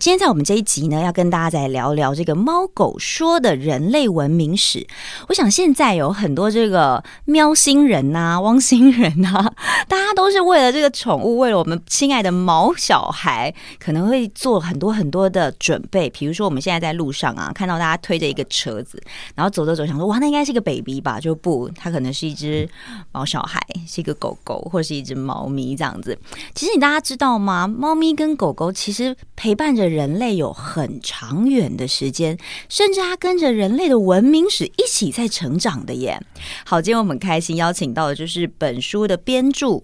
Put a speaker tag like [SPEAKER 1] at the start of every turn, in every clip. [SPEAKER 1] 今天在我们这一集呢，要跟大家再聊聊这个猫狗说的人类文明史。我想现在有很多这个喵星人呐、汪星人呐、大家都是为了这个宠物，为了我们亲爱的毛小孩，可能会做很多很多的准备。比如说，我们现在在路上啊，看到大家推着一个车子，然后走走走，想说哇，那应该是个 baby 吧？就不，它可能是一只毛小孩，是一个狗狗，或者是一只猫咪这样子。其实你大家知道吗？猫咪跟狗狗其实陪伴着人类有很长远的时间，甚至它跟着人类的文明史一起在成长的耶。好，今天我们很开心邀请到的就是本书的编著，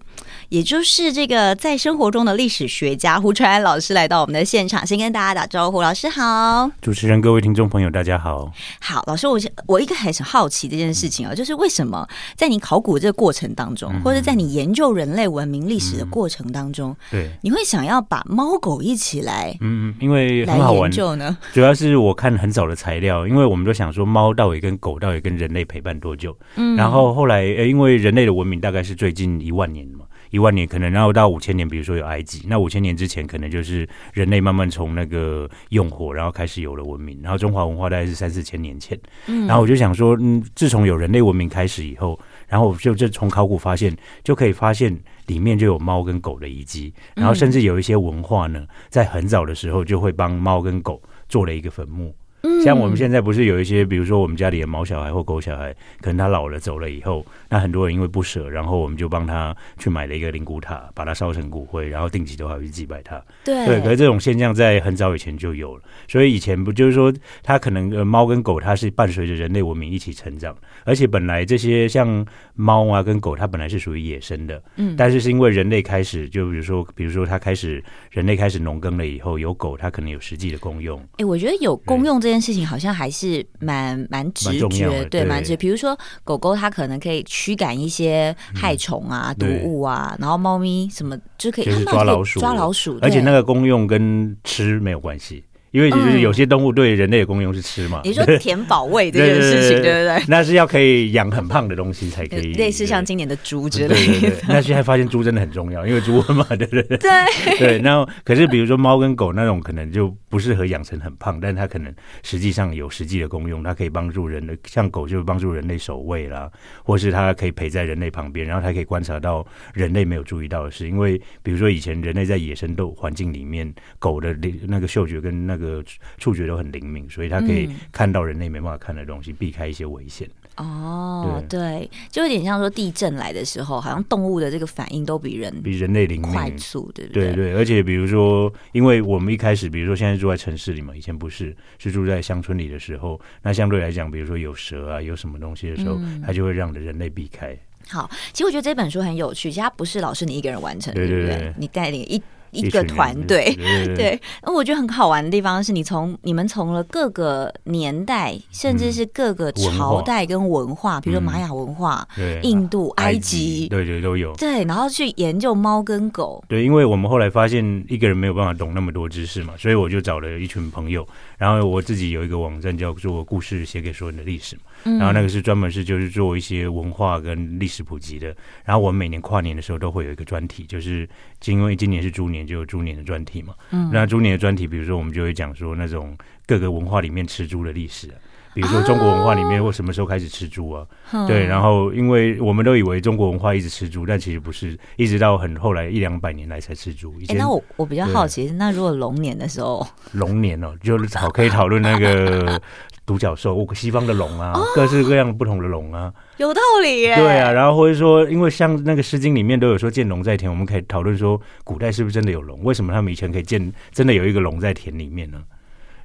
[SPEAKER 1] 也就是这个在生活中的历史学家胡传安老师来到我们的现场，先跟大家打招呼，老师好。
[SPEAKER 2] 主持人、各位听众朋友，大家好。
[SPEAKER 1] 好，老师，我是我一个很好奇这件事情啊，就是为什么在你考古这个过程当中，或者在你研究人类文明历史的过程当中，
[SPEAKER 2] 对，
[SPEAKER 1] 你会想要把猫狗一起来
[SPEAKER 2] 嗯，因为
[SPEAKER 1] 来
[SPEAKER 2] 很好
[SPEAKER 1] 研
[SPEAKER 2] 玩，
[SPEAKER 1] 究呢？
[SPEAKER 2] 主要是我看很少的材料，因为我们都想说猫到底跟狗到底跟人类陪伴多久。
[SPEAKER 1] 嗯
[SPEAKER 2] 然后后来，呃，因为人类的文明大概是最近一万年嘛，一万年可能然后到五千年，比如说有埃及，那五千年之前可能就是人类慢慢从那个用火，然后开始有了文明，然后中华文化大概是三四千年前。
[SPEAKER 1] 嗯
[SPEAKER 2] 然后我就想说，嗯，自从有人类文明开始以后，然后我就就从考古发现，就可以发现里面就有猫跟狗的遗迹，
[SPEAKER 1] 嗯
[SPEAKER 2] 然后甚至有一些文化呢，在很早的时候就会帮猫跟狗做了一个坟墓。
[SPEAKER 1] 嗯
[SPEAKER 2] 像我们现在不是有一些，比如说我们家里的毛小孩或狗小孩，可能他老了走了以后，那很多人因为不舍，然后我们就帮他去买了一个灵骨塔，把它烧成骨灰，然后定期都还会去祭拜它。
[SPEAKER 1] 对
[SPEAKER 2] 对，可是这种现象在很早以前就有了，所以以前不就是说，它可能呃猫跟狗它是伴随着人类文明一起成长，而且本来这些像猫啊跟狗，它本来是属于野生的，
[SPEAKER 1] 嗯
[SPEAKER 2] 但是是因为人类开始，就比如说，比如说它开始人类开始农耕了以后，有狗它可能有实际的功用，
[SPEAKER 1] 哎、我觉得有公用这件事情好像还是蛮蛮直
[SPEAKER 2] 蛮重要
[SPEAKER 1] 觉，
[SPEAKER 2] 的
[SPEAKER 1] 对，
[SPEAKER 2] 对
[SPEAKER 1] 蛮直觉。比如说狗狗它可能可以驱赶一些害虫啊、毒
[SPEAKER 2] 对
[SPEAKER 1] 物啊，然后猫咪什么就可以，
[SPEAKER 2] 就
[SPEAKER 1] 它
[SPEAKER 2] 是
[SPEAKER 1] 们
[SPEAKER 2] 抓
[SPEAKER 1] 可以
[SPEAKER 2] 老鼠
[SPEAKER 1] 抓老鼠，
[SPEAKER 2] 而且
[SPEAKER 1] 对
[SPEAKER 2] 那个功用跟吃没有关系，因为就是
[SPEAKER 1] 嗯
[SPEAKER 2] 有些动物对人类的功用是吃嘛，
[SPEAKER 1] 你说填饱胃这件事情，
[SPEAKER 2] 对对对
[SPEAKER 1] 对不
[SPEAKER 2] 那是要可以养很胖的东西才可
[SPEAKER 1] 对？
[SPEAKER 2] 以，
[SPEAKER 1] 类似
[SPEAKER 2] 对
[SPEAKER 1] 像今年的猪之
[SPEAKER 2] 对
[SPEAKER 1] 类
[SPEAKER 2] 对
[SPEAKER 1] 的，
[SPEAKER 2] 对，那现在发现猪真的很重要，因为猪瘟嘛，对不对？
[SPEAKER 1] 对，
[SPEAKER 2] 对，那可是比如说猫跟狗那种，可能就不适合养成很胖，但它可能实际上有实际的功用，它可以帮助人的，像狗就帮助人类守卫啦，或是它可以陪在人类旁边，然后它可以观察到人类没有注意到的事，因为比如说以前人类在野生动物环境里面，狗的灵那个嗅觉跟那个触触觉都很灵敏，所以它可以
[SPEAKER 1] 嗯
[SPEAKER 2] 看到人类没办法看的东西，避开一些危险。
[SPEAKER 1] 哦，对，就有点像说地震来的时候，好像动物的这个反应都比人
[SPEAKER 2] 比人类灵
[SPEAKER 1] 嗯快
[SPEAKER 2] 敏，
[SPEAKER 1] 速，对不
[SPEAKER 2] 对
[SPEAKER 1] 对
[SPEAKER 2] 对，而且比如说，因为我们一开始，比如说现在住在城市里嘛，以前不是，是住在乡村里的时候，那相对来讲，比如说有蛇啊，有什么东西的时候，
[SPEAKER 1] 嗯
[SPEAKER 2] 它就会让人类避开。
[SPEAKER 1] 好，其实我觉得这本书很有趣，其实它不是老师你一个人完成，
[SPEAKER 2] 对
[SPEAKER 1] 不
[SPEAKER 2] 对
[SPEAKER 1] 对
[SPEAKER 2] 对？
[SPEAKER 1] 你带领一一
[SPEAKER 2] 一
[SPEAKER 1] 个
[SPEAKER 2] 群人
[SPEAKER 1] 团队，
[SPEAKER 2] 对嗯对对
[SPEAKER 1] 对，那我觉得很好玩的地方是你从你们从了各个年代，甚至是各个
[SPEAKER 2] 文化
[SPEAKER 1] 朝代跟文化，比如说
[SPEAKER 2] 嗯
[SPEAKER 1] 玛雅文化、
[SPEAKER 2] 对，啊
[SPEAKER 1] 印度、
[SPEAKER 2] 埃
[SPEAKER 1] 埃及，
[SPEAKER 2] 对对都有。
[SPEAKER 1] 对，然后去研究猫跟狗，
[SPEAKER 2] 对，因为我们后来发现一个人没有办法懂那么多知识嘛，所以我就找了一群朋友，然后我自己有一个网站叫做“故事写给所有人的历史”嘛，
[SPEAKER 1] 嗯
[SPEAKER 2] 然后那个是专门是就是做一些文化跟历史普及的。然后我们每年跨年的时候都会有一个专题，就是因为今年是猪年，就有猪年的专题嘛。嗯、那猪年的专题，比如说我们就会讲说那种各个文化里面吃猪的历史、啊。比如说中国文化里面，我什么时候开始吃猪啊？
[SPEAKER 1] 嗯
[SPEAKER 2] 对，然后因为我们都以为中国文化一直吃猪，但其实不是，一直到很后来一两百年来才吃猪。以
[SPEAKER 1] 哎，
[SPEAKER 2] 前
[SPEAKER 1] 那我我比较好奇，那如果龙年的时候，
[SPEAKER 2] 龙年哦，就是 讨可以讨论那个独角兽，西方的龙
[SPEAKER 1] 哦
[SPEAKER 2] 啊，各式各样不同的龙啊，
[SPEAKER 1] 有道理耶，
[SPEAKER 2] 对啊，然后或者说，因为像那个《诗经》里面都有说“见龙在田”，我们可以讨论说，古代是不是真的有龙？为什么他们以前可以见真的有一个龙在田里 面呢？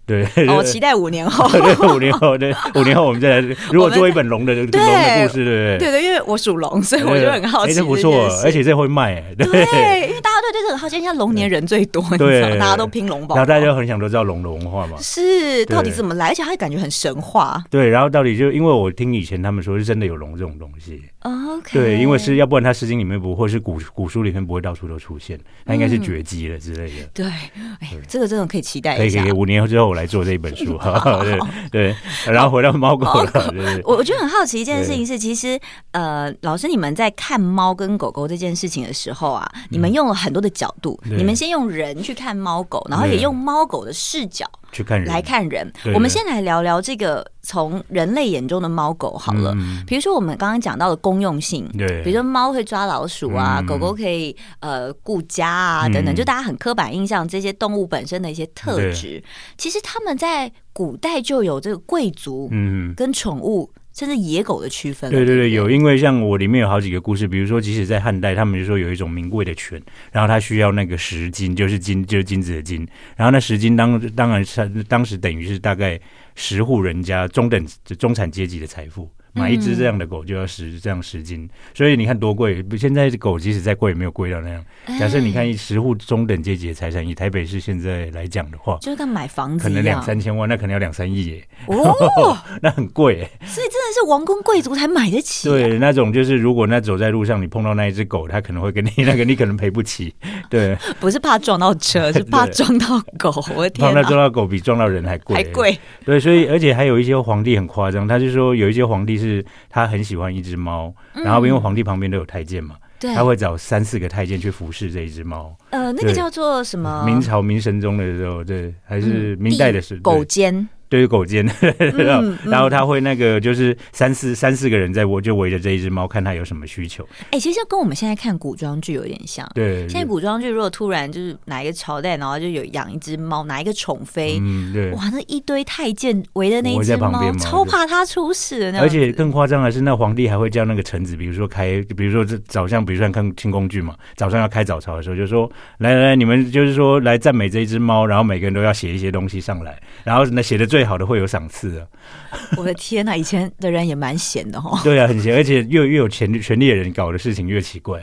[SPEAKER 2] 对，。
[SPEAKER 1] 哦，我期待五年后
[SPEAKER 2] 对，五年后，对，五年后我们再来。如果做一本龙的龙的
[SPEAKER 1] 对
[SPEAKER 2] 故事，对不对？
[SPEAKER 1] 对对，因为我属龙，所以
[SPEAKER 2] 对
[SPEAKER 1] 我就很好
[SPEAKER 2] 哎
[SPEAKER 1] 奇。
[SPEAKER 2] 这不错，而且这会卖，哎对。
[SPEAKER 1] 对，因为大家对这个很好奇，现在龙年人最多，你知道吗，
[SPEAKER 2] 对
[SPEAKER 1] 大家都拼龙宝宝，
[SPEAKER 2] 然后大家就很想都知道龙的文化嘛。
[SPEAKER 1] 是
[SPEAKER 2] 对
[SPEAKER 1] 到底怎么来，而且它感觉很神话。
[SPEAKER 2] 对，然后到底就因为我听以前他们说是真的有龙这种东西，
[SPEAKER 1] OK，
[SPEAKER 2] 对，因为是要不然它《诗经》里面不，或是古古书里面不会到处都出现，它应该是
[SPEAKER 1] 嗯
[SPEAKER 2] 绝迹了之类的。
[SPEAKER 1] 对，哎，这个真的可以期待
[SPEAKER 2] 可
[SPEAKER 1] 一
[SPEAKER 2] 以可
[SPEAKER 1] 下。
[SPEAKER 2] 以，五年之后我来做这一本 书，对对。然后回到猫狗了，对对对
[SPEAKER 1] 我我觉得很好奇一件事情是，其实呃，老师你们在看猫跟狗狗这件事情的时候啊，你们用了很多的角度，
[SPEAKER 2] 嗯对
[SPEAKER 1] 你们先用人去看猫狗，然后也
[SPEAKER 2] 对
[SPEAKER 1] 用猫狗的视角
[SPEAKER 2] 去看人
[SPEAKER 1] 来看人。
[SPEAKER 2] 对
[SPEAKER 1] 我们
[SPEAKER 2] 对
[SPEAKER 1] 先来聊聊这个从人类眼中的猫狗好了。
[SPEAKER 2] 嗯
[SPEAKER 1] 比如说我们刚刚讲到的公用性，
[SPEAKER 2] 对，
[SPEAKER 1] 比如说猫会抓老鼠啊，
[SPEAKER 2] 嗯
[SPEAKER 1] 狗狗可以呃顾家啊
[SPEAKER 2] 嗯
[SPEAKER 1] 等等，就大家很刻板印象这些动物本身的一些特质，其实他们在古代就有这个贵族
[SPEAKER 2] 嗯。
[SPEAKER 1] 跟宠物甚至野狗的区分了。
[SPEAKER 2] 对对
[SPEAKER 1] 不
[SPEAKER 2] 对，有，因为像我里面有好几个故事，比如说，即使在汉代，他们就说有一种名贵的犬，然后它需要那个十斤，就是金，就是金子的金，然后那十斤当当然是当时等于是大概十户人家中等中产阶级的财富。买一只这样的狗就要十这样十斤，所以你看多贵。现在的狗即使再贵，也没有贵到那样。假设你看
[SPEAKER 1] 哎，
[SPEAKER 2] 一十户中等阶级的财产，以台北市现在来讲的话，
[SPEAKER 1] 就跟买房
[SPEAKER 2] 可
[SPEAKER 1] 子
[SPEAKER 2] 能
[SPEAKER 1] 一
[SPEAKER 2] 两
[SPEAKER 1] 样
[SPEAKER 2] 三千万，那可能要两三亿耶，
[SPEAKER 1] 啊 哦，
[SPEAKER 2] 那很贵耶。
[SPEAKER 1] 所以真的是王公贵族才买得起、啊。
[SPEAKER 2] 对，那种就是如果那走在路上你碰到那一只狗，它可能会跟你那个，你 可能赔不起。对，
[SPEAKER 1] 不是怕撞到 车，是怕撞到狗。我的
[SPEAKER 2] 碰
[SPEAKER 1] 天
[SPEAKER 2] 到
[SPEAKER 1] 哪，
[SPEAKER 2] 撞到狗比撞到人还贵，
[SPEAKER 1] 还。贵
[SPEAKER 2] 对，所以而且还有一些皇帝很夸张，他就说有一些皇帝是他很喜欢一只猫，
[SPEAKER 1] 嗯
[SPEAKER 2] 然后因为皇帝旁边都有太监嘛，
[SPEAKER 1] 对
[SPEAKER 2] 他，会找三四个太监去服侍这一只猫。
[SPEAKER 1] 呃，那个
[SPEAKER 2] 对
[SPEAKER 1] 叫做什么？
[SPEAKER 2] 明朝明神宗的时候，对，还是
[SPEAKER 1] 嗯
[SPEAKER 2] 明代的时候，
[SPEAKER 1] 狗
[SPEAKER 2] 对
[SPEAKER 1] 奸。
[SPEAKER 2] 对于狗奸，
[SPEAKER 1] 嗯
[SPEAKER 2] 然后他会那个就是三四三四个人在我就围着这一只猫，看它有什么需求。
[SPEAKER 1] 哎、其实跟我们现在看古装剧有点像。
[SPEAKER 2] 对，
[SPEAKER 1] 现在古装剧如果突然就是哪一个朝代，然后就有养一只猫，哪一个宠妃，
[SPEAKER 2] 嗯对。
[SPEAKER 1] 哇，那一堆太监围着那一只
[SPEAKER 2] 围在旁
[SPEAKER 1] 猫
[SPEAKER 2] 边，嘛
[SPEAKER 1] 超怕它出事的那样
[SPEAKER 2] 而
[SPEAKER 1] 子
[SPEAKER 2] 且更夸张的是，那皇帝还会叫那个臣子，比如说开，比如说这早上，比如说看清宫剧嘛，早上要开早朝的时候，就说来来来，你们就是说来赞美这一只猫，然后每个人都要写一些东西上来，然后那写的最好的会有赏赐啊，
[SPEAKER 1] 我的天呐、以前的人也蛮闲的哦，
[SPEAKER 2] 对啊，很邪，而且越越有权力权力的人搞的事情越奇怪，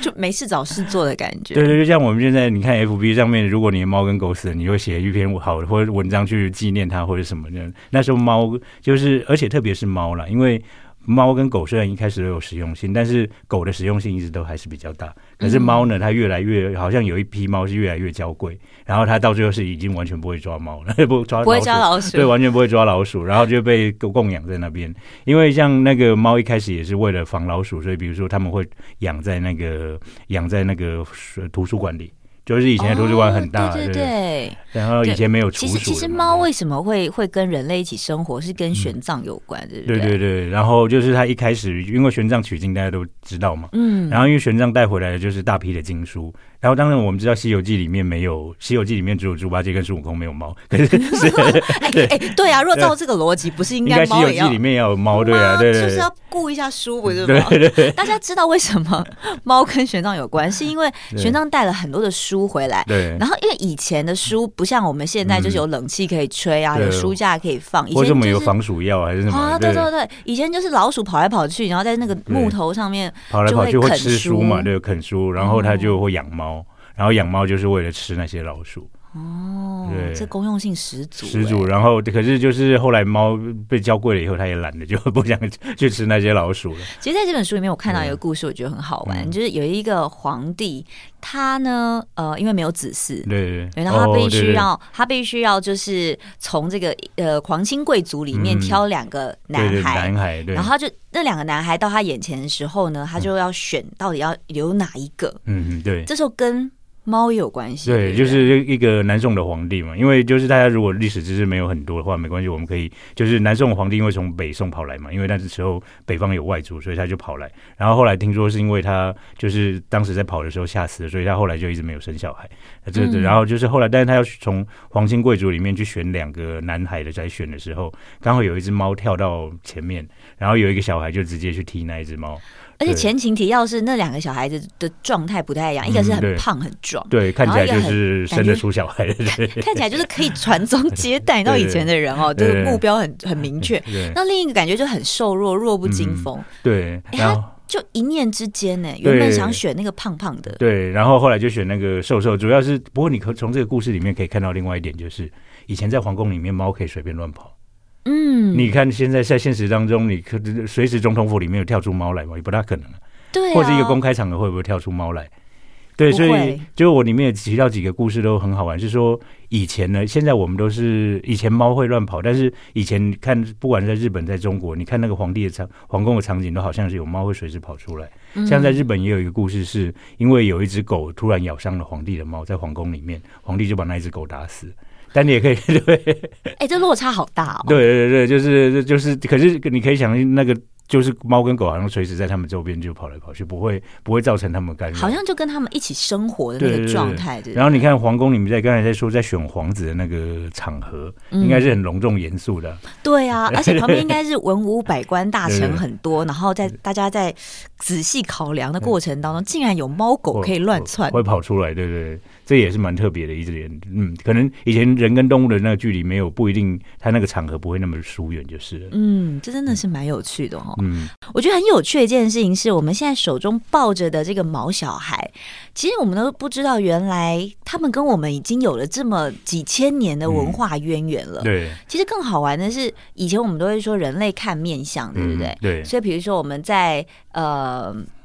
[SPEAKER 1] 就没事找事做的感觉。
[SPEAKER 2] 对对，就像我们现在你看 FB 上面，如果你的猫跟狗死了，你会写一篇好的或者文章去纪念它或者什么的。那时候猫就是，而且特别是猫啦，因为猫跟狗虽然一开始都有实用性，但是狗的实用性一直都还是比较大。可是猫
[SPEAKER 1] 嗯
[SPEAKER 2] 呢，它越来越好像有一批猫是越来越娇贵，然后它到最后是已经完全不会抓猫了， 不抓
[SPEAKER 1] 不会
[SPEAKER 2] 老鼠
[SPEAKER 1] 抓老鼠
[SPEAKER 2] 对，，完全不会抓老鼠，然后就被供养在那边。因为像那个猫一开始也是为了防老鼠，所以比如说他们会养在那个养在那个水图书馆里，就是以前的图书馆很大，
[SPEAKER 1] 哦、对对
[SPEAKER 2] 不
[SPEAKER 1] 对。
[SPEAKER 2] 然后以前没有
[SPEAKER 1] 其
[SPEAKER 2] 除鼠
[SPEAKER 1] 实
[SPEAKER 2] 的
[SPEAKER 1] 其实
[SPEAKER 2] 嘛
[SPEAKER 1] 猫为什么会会跟人类一起生活，是跟玄奘有关，对不
[SPEAKER 2] 对
[SPEAKER 1] 对
[SPEAKER 2] 对对，然后就是它一开始因为玄奘取经大家都知道嘛，
[SPEAKER 1] 嗯，
[SPEAKER 2] 然后因为玄奘带回来的就是大批的经书，然后当然我们知道《西游记》里面没有，《西游记》里面只有猪八戒跟孙悟空没有猫，可是是
[SPEAKER 1] 哎哎、对啊，若照这个逻辑，不是应
[SPEAKER 2] 应
[SPEAKER 1] 该
[SPEAKER 2] 该《西
[SPEAKER 1] 猫
[SPEAKER 2] 游
[SPEAKER 1] 也
[SPEAKER 2] 记
[SPEAKER 1] 要》
[SPEAKER 2] 里面要有猫，对啊，
[SPEAKER 1] 吗
[SPEAKER 2] 对对
[SPEAKER 1] 就是
[SPEAKER 2] 对。
[SPEAKER 1] 要顾一下书，不 是吗？大家知道为什么 猫跟玄奘有关，是因为
[SPEAKER 2] 对
[SPEAKER 1] 玄奘带了很多的书回来。
[SPEAKER 2] 对
[SPEAKER 1] 然后，因为以前的书不像我们现在，
[SPEAKER 2] 嗯
[SPEAKER 1] 就是有冷气可以吹啊，
[SPEAKER 2] 对
[SPEAKER 1] 有书架可以放。以
[SPEAKER 2] 或
[SPEAKER 1] 前
[SPEAKER 2] 者什么有
[SPEAKER 1] 就是
[SPEAKER 2] 防暑药还是什么？
[SPEAKER 1] 啊，对对对，以前就是老鼠跑来跑去，然后在那个木头上面，
[SPEAKER 2] 跑来跑去
[SPEAKER 1] 就会
[SPEAKER 2] 会
[SPEAKER 1] 啃
[SPEAKER 2] 吃书嘛，
[SPEAKER 1] 书嗯
[SPEAKER 2] 对，啃书，然后它就会养猫，然后养猫就是为了吃那些老鼠，
[SPEAKER 1] 哦，
[SPEAKER 2] 对
[SPEAKER 1] 这功用性十足、欸
[SPEAKER 2] 吃主。然后可是就是后来猫被教贵了以后，它也懒得就不想 去吃那些老鼠了。
[SPEAKER 1] 其实，在这本书里面，我看到
[SPEAKER 2] 对
[SPEAKER 1] 一个故事，我觉得很好玩，
[SPEAKER 2] 嗯
[SPEAKER 1] 就是有一个皇帝，他呢，呃，因为没有子嗣，
[SPEAKER 2] 对对，
[SPEAKER 1] 对，然后他
[SPEAKER 2] 哦
[SPEAKER 1] 必须。
[SPEAKER 2] 对对
[SPEAKER 1] 要，他必须要就是从这个呃皇亲贵族里面
[SPEAKER 2] 嗯
[SPEAKER 1] 挑两个男
[SPEAKER 2] 对对，
[SPEAKER 1] 孩，
[SPEAKER 2] 男孩，对，
[SPEAKER 1] 然后他就那两个男孩到他眼前的时候呢，他就要选到底要留哪一个。
[SPEAKER 2] 嗯，嗯对，
[SPEAKER 1] 这时候跟猫也有关系，
[SPEAKER 2] 对，
[SPEAKER 1] 不
[SPEAKER 2] 就是一个南宋的皇帝嘛，因为就是大家如果历史知识没有很多的话，没关系，我们可以就是南宋皇帝因为从北宋跑来嘛，因为那时候北方有外族，所以他就跑来。然后后来听说是因为他就是当时在跑的时候吓死了，所以他后来就一直没有生小孩。呃这、这
[SPEAKER 1] 嗯
[SPEAKER 2] 然后就是后来，但是他要从皇亲贵族里面去选两个男孩的来选的时候，刚好有一只猫跳到前面，然后有一个小孩就直接去踢那一只猫，
[SPEAKER 1] 而且
[SPEAKER 2] 对
[SPEAKER 1] 前情提要是那两个小孩子的状态不太一样，一个是
[SPEAKER 2] 嗯
[SPEAKER 1] 很
[SPEAKER 2] 对
[SPEAKER 1] 胖很壮，
[SPEAKER 2] 对，看起来
[SPEAKER 1] 然后
[SPEAKER 2] 就
[SPEAKER 1] 一个很
[SPEAKER 2] 是
[SPEAKER 1] 感
[SPEAKER 2] 生得
[SPEAKER 1] 觉
[SPEAKER 2] 出小孩的，对
[SPEAKER 1] 看起来就是可以传宗接代到以前的人哦，这
[SPEAKER 2] 对对
[SPEAKER 1] 个目标很很明确。
[SPEAKER 2] 对嗯
[SPEAKER 1] 那另一个感觉就很瘦弱，弱不禁风，
[SPEAKER 2] 对，
[SPEAKER 1] 哎
[SPEAKER 2] 然后。
[SPEAKER 1] 就一念之间呢，
[SPEAKER 2] 对
[SPEAKER 1] 原本想选那个胖胖的，
[SPEAKER 2] 对，然后后来就选那个瘦瘦，主要是不过你可从这个故事里面可以看到另外一点，就是以前在皇宫里面猫可以随便乱跑，
[SPEAKER 1] 嗯，
[SPEAKER 2] 你看现在在现实当中，你可随时总统府里面有跳出猫来吗？也不大可能啊。
[SPEAKER 1] 对、啊，
[SPEAKER 2] 或者一个公开场合会不会跳出猫来？对，
[SPEAKER 1] 不
[SPEAKER 2] 所
[SPEAKER 1] 会
[SPEAKER 2] 以就我里面也提到几个故事都很好玩，是说以前呢，现在我们都是以前猫会乱跑，但是以前看不管在日本在中国，你看那个皇帝的场皇宫的场景，都好像是有猫会随时跑出来。
[SPEAKER 1] 嗯
[SPEAKER 2] 像在日本也有一个故事是，因为有一只狗突然咬伤了皇帝的猫，在皇宫里面，皇帝就把那一只狗打死。但你也可以 对
[SPEAKER 1] 哎、这落差好大哦。
[SPEAKER 2] 对对对，就是就是，可是你可以想象，那个就是猫跟狗好像随时在他们周边就跑来跑去，不会不会造成他们干扰。
[SPEAKER 1] 好像就跟他们一起生活的那个
[SPEAKER 2] 对对
[SPEAKER 1] 状态，对不对
[SPEAKER 2] 然后你看皇宫里面在刚才在说在选皇子的那个场合，应该是很隆重严肃的。
[SPEAKER 1] 嗯对 啊，而且旁边应该是文武百官大
[SPEAKER 2] 对
[SPEAKER 1] 臣
[SPEAKER 2] 对
[SPEAKER 1] 很 多，然后在大家在仔细考量的过程当中，竟然有猫狗可以乱窜，
[SPEAKER 2] 会跑出来，对对对，这也是蛮特别的一点。嗯，可能以前人跟动物的那个距离没有，不一定它那个场合不会那么疏远，就是了。
[SPEAKER 1] 嗯，这真的是蛮有趣的哦。
[SPEAKER 2] 嗯，
[SPEAKER 1] 我觉得很有趣的一件事情是我们现在手中抱着的这个毛小孩，其实我们都不知道，原来他们跟我们已经有了这么几千年的
[SPEAKER 2] 嗯
[SPEAKER 1] 文化渊源了。
[SPEAKER 2] 对，
[SPEAKER 1] 其实更好玩的是，以前我们都会说人类看面相，对不对？
[SPEAKER 2] 嗯对
[SPEAKER 1] 所以比如说我们在呃。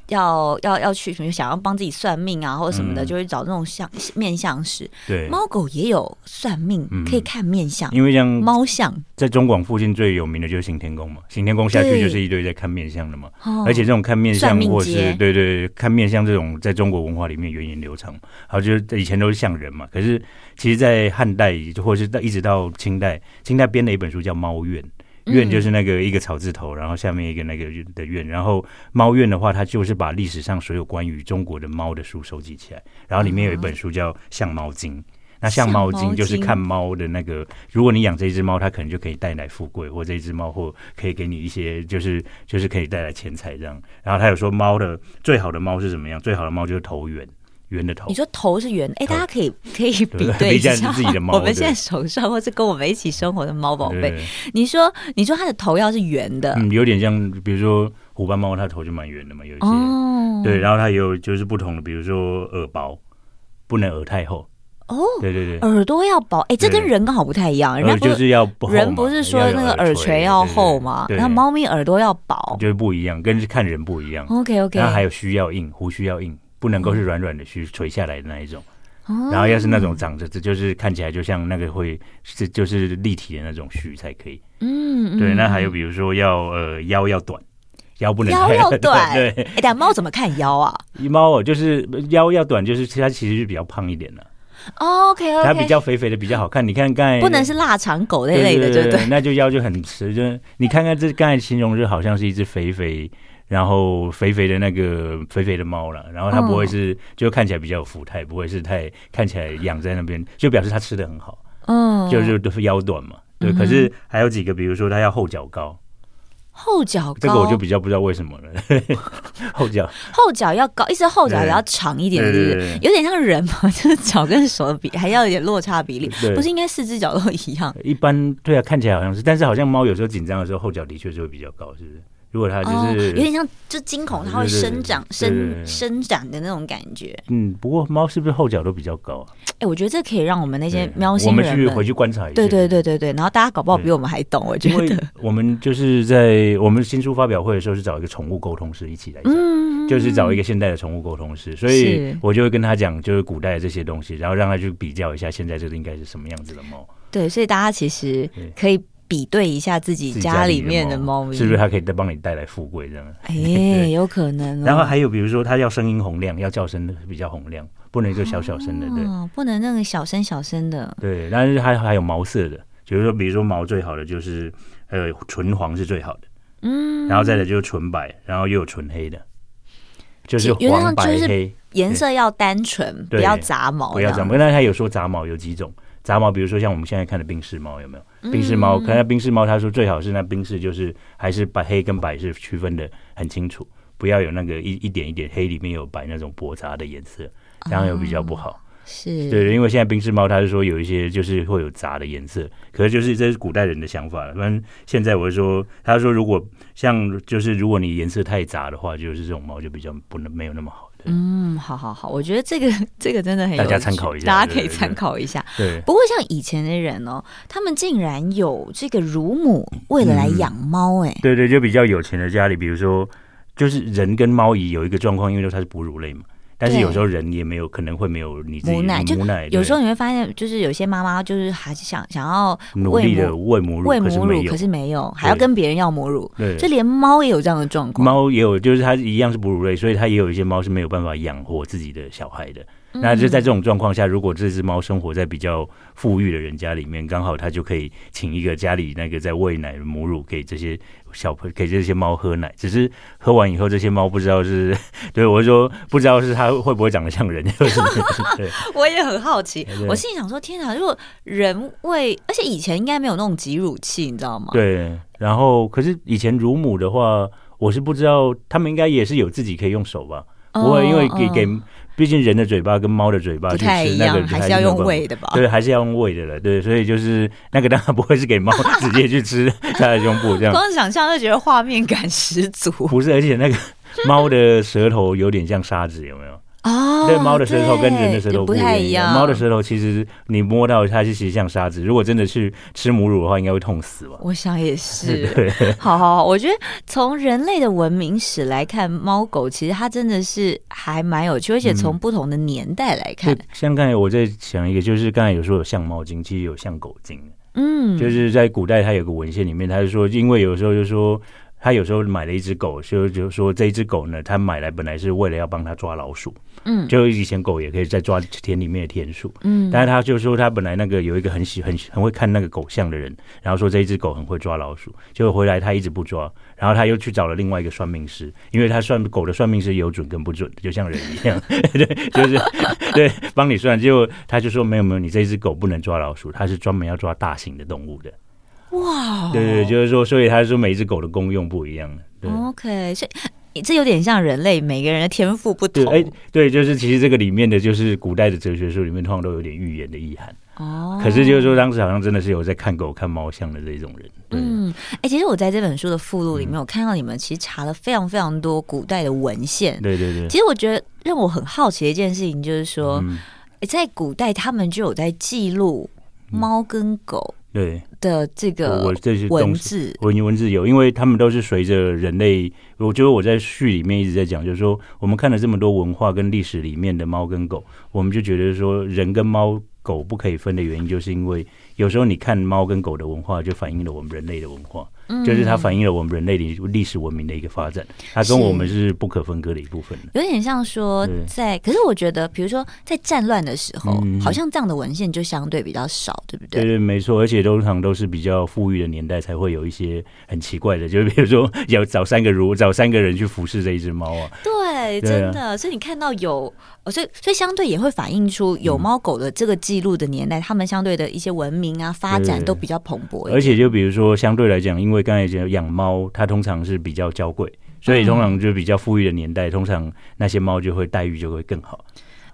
[SPEAKER 1] 要要要去什么？想要帮自己算命啊，或者什么的，
[SPEAKER 2] 嗯
[SPEAKER 1] 就会找那种相面相师。
[SPEAKER 2] 对。
[SPEAKER 1] 猫狗也有算命，
[SPEAKER 2] 嗯
[SPEAKER 1] 可以看面相，
[SPEAKER 2] 因为像
[SPEAKER 1] 猫相。
[SPEAKER 2] 在中广附近最有名的就是行天宫嘛，行天宫下去
[SPEAKER 1] 对
[SPEAKER 2] 就是一堆在看面相的嘛。
[SPEAKER 1] 哦
[SPEAKER 2] 而且这种看面
[SPEAKER 1] 算
[SPEAKER 2] 相
[SPEAKER 1] 命
[SPEAKER 2] 或
[SPEAKER 1] 街
[SPEAKER 2] 是对对对看面相这种，在中国文化里面源远流长。好，就是以前都是像人嘛，可是其实，在汉代或者是到一直到清代，清代编了一本书叫《猫院》。院
[SPEAKER 1] 嗯
[SPEAKER 2] 就是那个一个草字头，然后下面一个那个的院，然后猫院的话，它就是把历史上所有关于中国的猫的书收集起来，然后里面有一本书叫《相猫经》。那相猫
[SPEAKER 1] 相猫
[SPEAKER 2] 经就是
[SPEAKER 1] 经
[SPEAKER 2] 看猫的那个，如果你养这一只猫，它可能就可以带来富贵，或这一只猫或可以给你一些，就是就是可以带来钱财这样。然后他有说猫的最好的猫是怎么样？最好的猫就是头圆，圆的头
[SPEAKER 1] 你。说头是圆，哎，
[SPEAKER 2] 头
[SPEAKER 1] 大家可以可以比
[SPEAKER 2] 对
[SPEAKER 1] 对一
[SPEAKER 2] 比较
[SPEAKER 1] 下
[SPEAKER 2] 自己的猫
[SPEAKER 1] 我们
[SPEAKER 2] 对
[SPEAKER 1] 现在手上或是跟我们一起生活的猫宝
[SPEAKER 2] 对
[SPEAKER 1] 贝，，你说你说它的头要是圆的，
[SPEAKER 2] 嗯，有点像，比如说虎斑猫，它头就蛮圆的嘛，有一些。
[SPEAKER 1] 哦，
[SPEAKER 2] 嗯对，然后它也有就是不同的，比如说耳薄，不能耳太厚。
[SPEAKER 1] 哦，
[SPEAKER 2] 对对对，
[SPEAKER 1] 耳朵要薄，哎，这
[SPEAKER 2] 对
[SPEAKER 1] 跟人刚好不太一样，人家
[SPEAKER 2] 耳
[SPEAKER 1] 不。
[SPEAKER 2] 就是是要不厚嘛
[SPEAKER 1] 人不是说
[SPEAKER 2] 要有
[SPEAKER 1] 那个
[SPEAKER 2] 耳
[SPEAKER 1] 耳垂要厚
[SPEAKER 2] 嘛，
[SPEAKER 1] 吗？
[SPEAKER 2] 对对
[SPEAKER 1] 那猫咪耳朵要薄。
[SPEAKER 2] 就是不一样，跟看人不一样。
[SPEAKER 1] OK OK，
[SPEAKER 2] 然后还有须要硬，胡须要硬，不能够
[SPEAKER 1] 嗯
[SPEAKER 2] 是软软的须垂下来的那一种。
[SPEAKER 1] 哦
[SPEAKER 2] 然后要是那种长着，这就是看起来就像那个会是就是立体的那种须才可以。
[SPEAKER 1] 嗯，
[SPEAKER 2] 对，
[SPEAKER 1] 嗯
[SPEAKER 2] 那还有比如说要呃腰要短，腰不能
[SPEAKER 1] 腰
[SPEAKER 2] 太
[SPEAKER 1] 要短
[SPEAKER 2] 对，
[SPEAKER 1] 哎，但猫怎么看腰啊
[SPEAKER 2] 猫哦就是腰要短，就是它其实是比较胖一点的，
[SPEAKER 1] ？OK
[SPEAKER 2] 它比
[SPEAKER 1] OK，
[SPEAKER 2] 较肥肥的比较好看。你看刚才
[SPEAKER 1] 不能是腊肠狗那类的，
[SPEAKER 2] 对
[SPEAKER 1] 对不对？
[SPEAKER 2] 那就腰就很直，就是你看看这刚才形容就好像是一只肥肥，然后肥肥的那个肥肥的猫了，然后它不会是、
[SPEAKER 1] 嗯
[SPEAKER 2] 就看起来比较有福态，不会是太看起来养在那边，就表示它吃的很好，
[SPEAKER 1] 嗯，
[SPEAKER 2] 就是都是腰短嘛。对，可是还有几个，比如说它要后脚高，
[SPEAKER 1] 后脚
[SPEAKER 2] 这个我
[SPEAKER 1] 高
[SPEAKER 2] 就，比较不知道为什么了。 后脚，
[SPEAKER 1] 后脚要高，一只后脚也
[SPEAKER 2] 对
[SPEAKER 1] 要长一点，
[SPEAKER 2] 对
[SPEAKER 1] 对不
[SPEAKER 2] 对
[SPEAKER 1] 对？有点像人嘛， 就是脚跟手比还要有点落差比例，
[SPEAKER 2] 对
[SPEAKER 1] 不是应该四只脚都一样？
[SPEAKER 2] 一般对啊，看起来好像是，但是好像猫有时候紧张的时候，后脚的确是会比较高，是不是？如果它就
[SPEAKER 1] 哦有
[SPEAKER 2] 是、
[SPEAKER 1] 点像就惊恐，它会
[SPEAKER 2] 对对对
[SPEAKER 1] 生长、
[SPEAKER 2] 对对
[SPEAKER 1] 生
[SPEAKER 2] 对
[SPEAKER 1] 生长的那种感觉。
[SPEAKER 2] 嗯，不过猫是不是后脚都比较高啊？
[SPEAKER 1] 哎，我觉得这可以让我们那些
[SPEAKER 2] 对
[SPEAKER 1] 喵
[SPEAKER 2] 我
[SPEAKER 1] 星
[SPEAKER 2] 们
[SPEAKER 1] 人
[SPEAKER 2] 去回
[SPEAKER 1] 们，
[SPEAKER 2] 去观察一下。
[SPEAKER 1] 对对对对对，然后大家搞不好比
[SPEAKER 2] 对
[SPEAKER 1] 我们还懂，我觉
[SPEAKER 2] 因为
[SPEAKER 1] 得，
[SPEAKER 2] 我们就是在我们新书发表会的时候是找一个宠物沟通师一起来讲，
[SPEAKER 1] 嗯，
[SPEAKER 2] 就是找一个现代的宠物沟通师，所以
[SPEAKER 1] 是
[SPEAKER 2] 我就会跟他讲就是古代的这些东西，然后让他去比较一下现在这个应该是什么样子的猫，
[SPEAKER 1] 对，所以大家其实
[SPEAKER 2] 对
[SPEAKER 1] 可以比对一下自己
[SPEAKER 2] 自己
[SPEAKER 1] 家里
[SPEAKER 2] 里
[SPEAKER 1] 面的
[SPEAKER 2] 的
[SPEAKER 1] 猫咪，
[SPEAKER 2] 是不是？它可以再帮你带来富贵这样？
[SPEAKER 1] 哎，
[SPEAKER 2] 对
[SPEAKER 1] 有可能哦。
[SPEAKER 2] 然后还有比如说它要声音洪亮，要叫声比较洪亮，不能就小小声的，对
[SPEAKER 1] 哦，不能那个小声小声的，
[SPEAKER 2] 对。但是还还有毛色的，比如说比如说毛最好的就是呃纯黄是最好的。
[SPEAKER 1] 嗯，
[SPEAKER 2] 然后再来就是纯白，然后又有纯黑的，就是
[SPEAKER 1] 原则上
[SPEAKER 2] 黄白
[SPEAKER 1] 就是哦
[SPEAKER 2] 黑，
[SPEAKER 1] 颜色要单纯，不
[SPEAKER 2] 对
[SPEAKER 1] 要杂毛，
[SPEAKER 2] 不要杂毛。。那它有说杂毛有几种？杂毛，比如说像我们现在看的冰室猫，有没
[SPEAKER 1] 嗯
[SPEAKER 2] 有？冰室猫，看那冰室猫，他说最好是那冰室就是还是把黑跟白是区分的很清楚，不要有那个一一点一点黑里面有白那种驳杂的颜色，这样又比较不好。
[SPEAKER 1] 是，
[SPEAKER 2] 对，因为现在冰室猫它是说有一些就是会有杂的颜色，可是就是这是古代人的想法了。不然现在我会说，他说如果像就是如果你颜色太杂的话，就是这种猫就比较不能没有那么好的。对
[SPEAKER 1] 嗯，好好好，我觉得这个这个真的很有
[SPEAKER 2] 大家
[SPEAKER 1] 趣
[SPEAKER 2] 参考一下
[SPEAKER 1] 大家
[SPEAKER 2] 对
[SPEAKER 1] 可以
[SPEAKER 2] 对
[SPEAKER 1] 参
[SPEAKER 2] 对
[SPEAKER 1] 考一下。
[SPEAKER 2] 对
[SPEAKER 1] 不过像以前的人哦，他们竟然有这个乳母为了
[SPEAKER 2] 嗯
[SPEAKER 1] 来养猫、哎、
[SPEAKER 2] 对对，就比较有钱的家里，比如说就是人跟猫也有一个状况，因为它是哺乳类嘛，但是
[SPEAKER 1] 对
[SPEAKER 2] 有时候人也没有可能会没有你自己
[SPEAKER 1] 母奶就
[SPEAKER 2] 母奶
[SPEAKER 1] 有时候
[SPEAKER 2] 对
[SPEAKER 1] 你会发现，就是有些妈妈就是还是想想要
[SPEAKER 2] 努力的喂母乳，
[SPEAKER 1] 喂
[SPEAKER 2] 可是
[SPEAKER 1] 母
[SPEAKER 2] 没
[SPEAKER 1] 乳，
[SPEAKER 2] 有
[SPEAKER 1] 可。是没有，还要跟别人要母乳，
[SPEAKER 2] 对，
[SPEAKER 1] 就连猫也有这样的状况。
[SPEAKER 2] 猫也有，就是它一样是哺乳类，所以它也有一些猫是没有办法养活自己的小孩的。
[SPEAKER 1] 嗯
[SPEAKER 2] 那就在这种状况下，如果这只猫生活在比较富裕的人家里面，刚好它就可以请一个家里那个在喂奶的母乳给这些小朋给这些猫喝奶。只是喝完以后，这些猫不知道是 对我是说不知道是它会不会长得像人，或什么的对
[SPEAKER 1] 我也很好奇
[SPEAKER 2] 对，
[SPEAKER 1] 我心里想说，天哪！如果人喂，而且以前应该没有那种挤乳器，你知道吗？，
[SPEAKER 2] 对。然后，可是以前乳母的话，我是不知道他们应该也是有自己可以用手吧。不会，因为给给，毕竟人的嘴巴跟猫的嘴巴
[SPEAKER 1] 哦不
[SPEAKER 2] 去
[SPEAKER 1] 嗯太
[SPEAKER 2] 吃
[SPEAKER 1] 一
[SPEAKER 2] 那个
[SPEAKER 1] 样，
[SPEAKER 2] 就
[SPEAKER 1] 还是要
[SPEAKER 2] 没有
[SPEAKER 1] 用
[SPEAKER 2] 办法。
[SPEAKER 1] 喂的吧？
[SPEAKER 2] 对，还是要用喂的了，对，所以就是那个当然不会是给猫直接 去吃它的胸部这样，
[SPEAKER 1] 光想象就觉得画面 感十足
[SPEAKER 2] 不是，而且那个猫的舌头有点像沙子，有没有？
[SPEAKER 1] 哦
[SPEAKER 2] 对，猫的舌头跟人
[SPEAKER 1] 对
[SPEAKER 2] 的舌头
[SPEAKER 1] 不
[SPEAKER 2] 一
[SPEAKER 1] 太一样，
[SPEAKER 2] 猫的舌头其实你摸到它是其实像沙子，如果真的去吃母乳的话，应该会痛死吧？，
[SPEAKER 1] 我想也是
[SPEAKER 2] 对，
[SPEAKER 1] 好好好，我觉得从人类的文明史来看，猫狗其实它真的是还蛮有趣，而且
[SPEAKER 2] 嗯
[SPEAKER 1] 从不同的年代来看，
[SPEAKER 2] 对像刚才我在想一个，就是刚才有说有像猫精，其实有像狗精。
[SPEAKER 1] 嗯，
[SPEAKER 2] 就是在古代，他有个文献里面，他就说，因为有时候就说，他有时候买了一只狗，就就说这一只狗呢，他买来本来是为了要帮他抓老鼠，
[SPEAKER 1] 嗯
[SPEAKER 2] 就以前狗也可以在抓田里面的田鼠，
[SPEAKER 1] 嗯
[SPEAKER 2] 但是他就说他本来那个有一个很喜很很会看那个狗像的人，然后说这一只狗很会抓老鼠，结果回来他一直不抓，然后他又去找了另外一个算命师，因为他算狗的算命师有准跟不准，就像人一样， 对，就是对帮你算，结果他就说没有没有，你这只狗不能抓老鼠，它是专门要抓大型的动物的。
[SPEAKER 1] 哇，
[SPEAKER 2] 对对，就是说，所以他说每一只狗的功用不一样。对、
[SPEAKER 1] 哦 OK，所以这有点像人类每个人的天赋不
[SPEAKER 2] 对，
[SPEAKER 1] 同，
[SPEAKER 2] 哎，对，就是其实这个里面的就是古代的哲学书里面通常都有点预言的意涵。
[SPEAKER 1] 哦，
[SPEAKER 2] 可是就是说，当时好像真的是有在看狗看猫像的这种人。对，嗯
[SPEAKER 1] 嗯，哎、其实我在这本书的附录里面，我看到你们其实查了非常非常多古代的文献。
[SPEAKER 2] 对对对。
[SPEAKER 1] 其实我觉得让我很好奇的一件事情，就是说、
[SPEAKER 2] 嗯，
[SPEAKER 1] 诶在古代他们就有在记录猫跟狗
[SPEAKER 2] 对，
[SPEAKER 1] 的这
[SPEAKER 2] 嗯我
[SPEAKER 1] 个
[SPEAKER 2] 这些
[SPEAKER 1] 文
[SPEAKER 2] 东西。
[SPEAKER 1] 字。
[SPEAKER 2] 文言文字有，因为他们都是随着人类，我觉得我在序里面一直在讲，就是说我们看了这么多文化跟历史里面的猫跟狗，我们就觉得说人跟猫狗不可以分的原因，就是因为有时候你看猫跟狗的文化，就反映了我们人类的文化，
[SPEAKER 1] 嗯
[SPEAKER 2] 就是它反映了我们人类的历史文明的一个发展，它跟
[SPEAKER 1] 是
[SPEAKER 2] 我们是不可分割的一部分的。
[SPEAKER 1] 有点像说
[SPEAKER 2] 对
[SPEAKER 1] 在，可是我觉得，比如说在战乱的时候，
[SPEAKER 2] 嗯
[SPEAKER 1] 好像这样的文献就相对比较少，对不
[SPEAKER 2] 对
[SPEAKER 1] 对？
[SPEAKER 2] 对，没错，而且通常都是比较富裕的年代才会有一些很奇怪的， 就是比如说要找三个如找三个人去服侍这一只猫啊，
[SPEAKER 1] 对，
[SPEAKER 2] 对啊
[SPEAKER 1] 真的。所以你看到有，呃所以所以相对也会反映出有猫狗的这个记录的年代，他们相对的一些文明啊发展
[SPEAKER 2] 对
[SPEAKER 1] 都比较蓬勃一点。
[SPEAKER 2] 而且就比如说，相对来讲，因为刚才讲养猫，它通常是比较娇贵，所以通常就比较富裕的年代，通常那些猫就会待遇就会更好。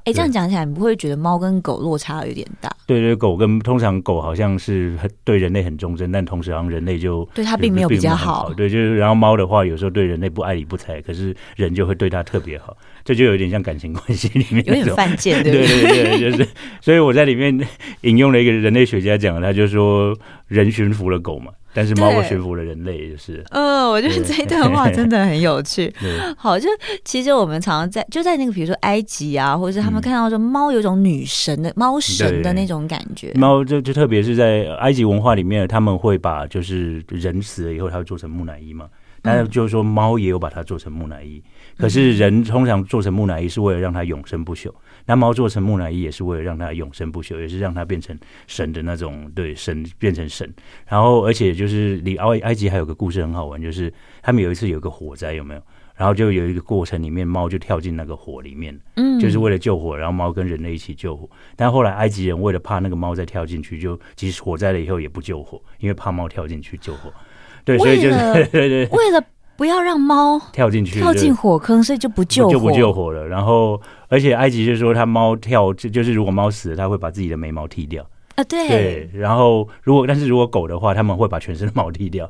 [SPEAKER 1] 哎、这样讲起来，你不会觉得猫跟狗落差有点大？
[SPEAKER 2] 对对，狗跟通常狗好像是很对人类很忠贞，但同时好像人类就
[SPEAKER 1] 对它并没有比较好
[SPEAKER 2] 对，就是然后猫的话，有时候对人类不爱理不睬，可是人就会对它特别好，这就有点像感情关系里面
[SPEAKER 1] 有
[SPEAKER 2] 那
[SPEAKER 1] 点
[SPEAKER 2] 种
[SPEAKER 1] 犯贱，对不
[SPEAKER 2] 对
[SPEAKER 1] 对？
[SPEAKER 2] 对对，就是，所以我在里面引用了一个人类学家讲，他就说人驯服了狗嘛，但是猫
[SPEAKER 1] 对
[SPEAKER 2] 驯服了人类，就是
[SPEAKER 1] 嗯，我觉得
[SPEAKER 2] 对
[SPEAKER 1] 这一段话真的很有趣。
[SPEAKER 2] 对。
[SPEAKER 1] 好，就其实我们常常在就在那个，比如说埃及啊，或者是他们
[SPEAKER 2] 嗯
[SPEAKER 1] 看到说猫有一种女神的猫神的
[SPEAKER 2] 对
[SPEAKER 1] 那种感觉。
[SPEAKER 2] 猫就就特别是在呃埃及文化里面，他们会把就是人死了以后，他会做成木乃伊嘛。但是就是说，猫也有把它做成木乃伊，可是人通常做成木乃伊是为了让它永生不朽，那猫做成木乃伊也是为了让它永生不朽，也是让它变成神的那种，对神变成神。然后，而且就是离埃埃及还有个故事很好玩，就是他们有一次有一个火灾，有没有？然后就有一个过程里面，猫就跳进那个火里面，
[SPEAKER 1] 嗯
[SPEAKER 2] 就是为了救火，然后猫跟人类一起救火。但后来埃及人为了怕那个猫再跳进去，就即使火灾了以后也不救火，因为怕猫跳进去救火。对，所以就
[SPEAKER 1] 为
[SPEAKER 2] 是
[SPEAKER 1] 了
[SPEAKER 2] 对对对，
[SPEAKER 1] 为了不要让猫
[SPEAKER 2] 跳进去
[SPEAKER 1] 跳
[SPEAKER 2] 对
[SPEAKER 1] 进火坑，所以就不救火。
[SPEAKER 2] 就不救火了。然后，而且埃及就说，它猫跳就就是如果猫死了，它会把自己的眉毛剃掉。
[SPEAKER 1] 啊，对，
[SPEAKER 2] 对，然后如果但是如果狗的话，他们会把全身的毛剃掉。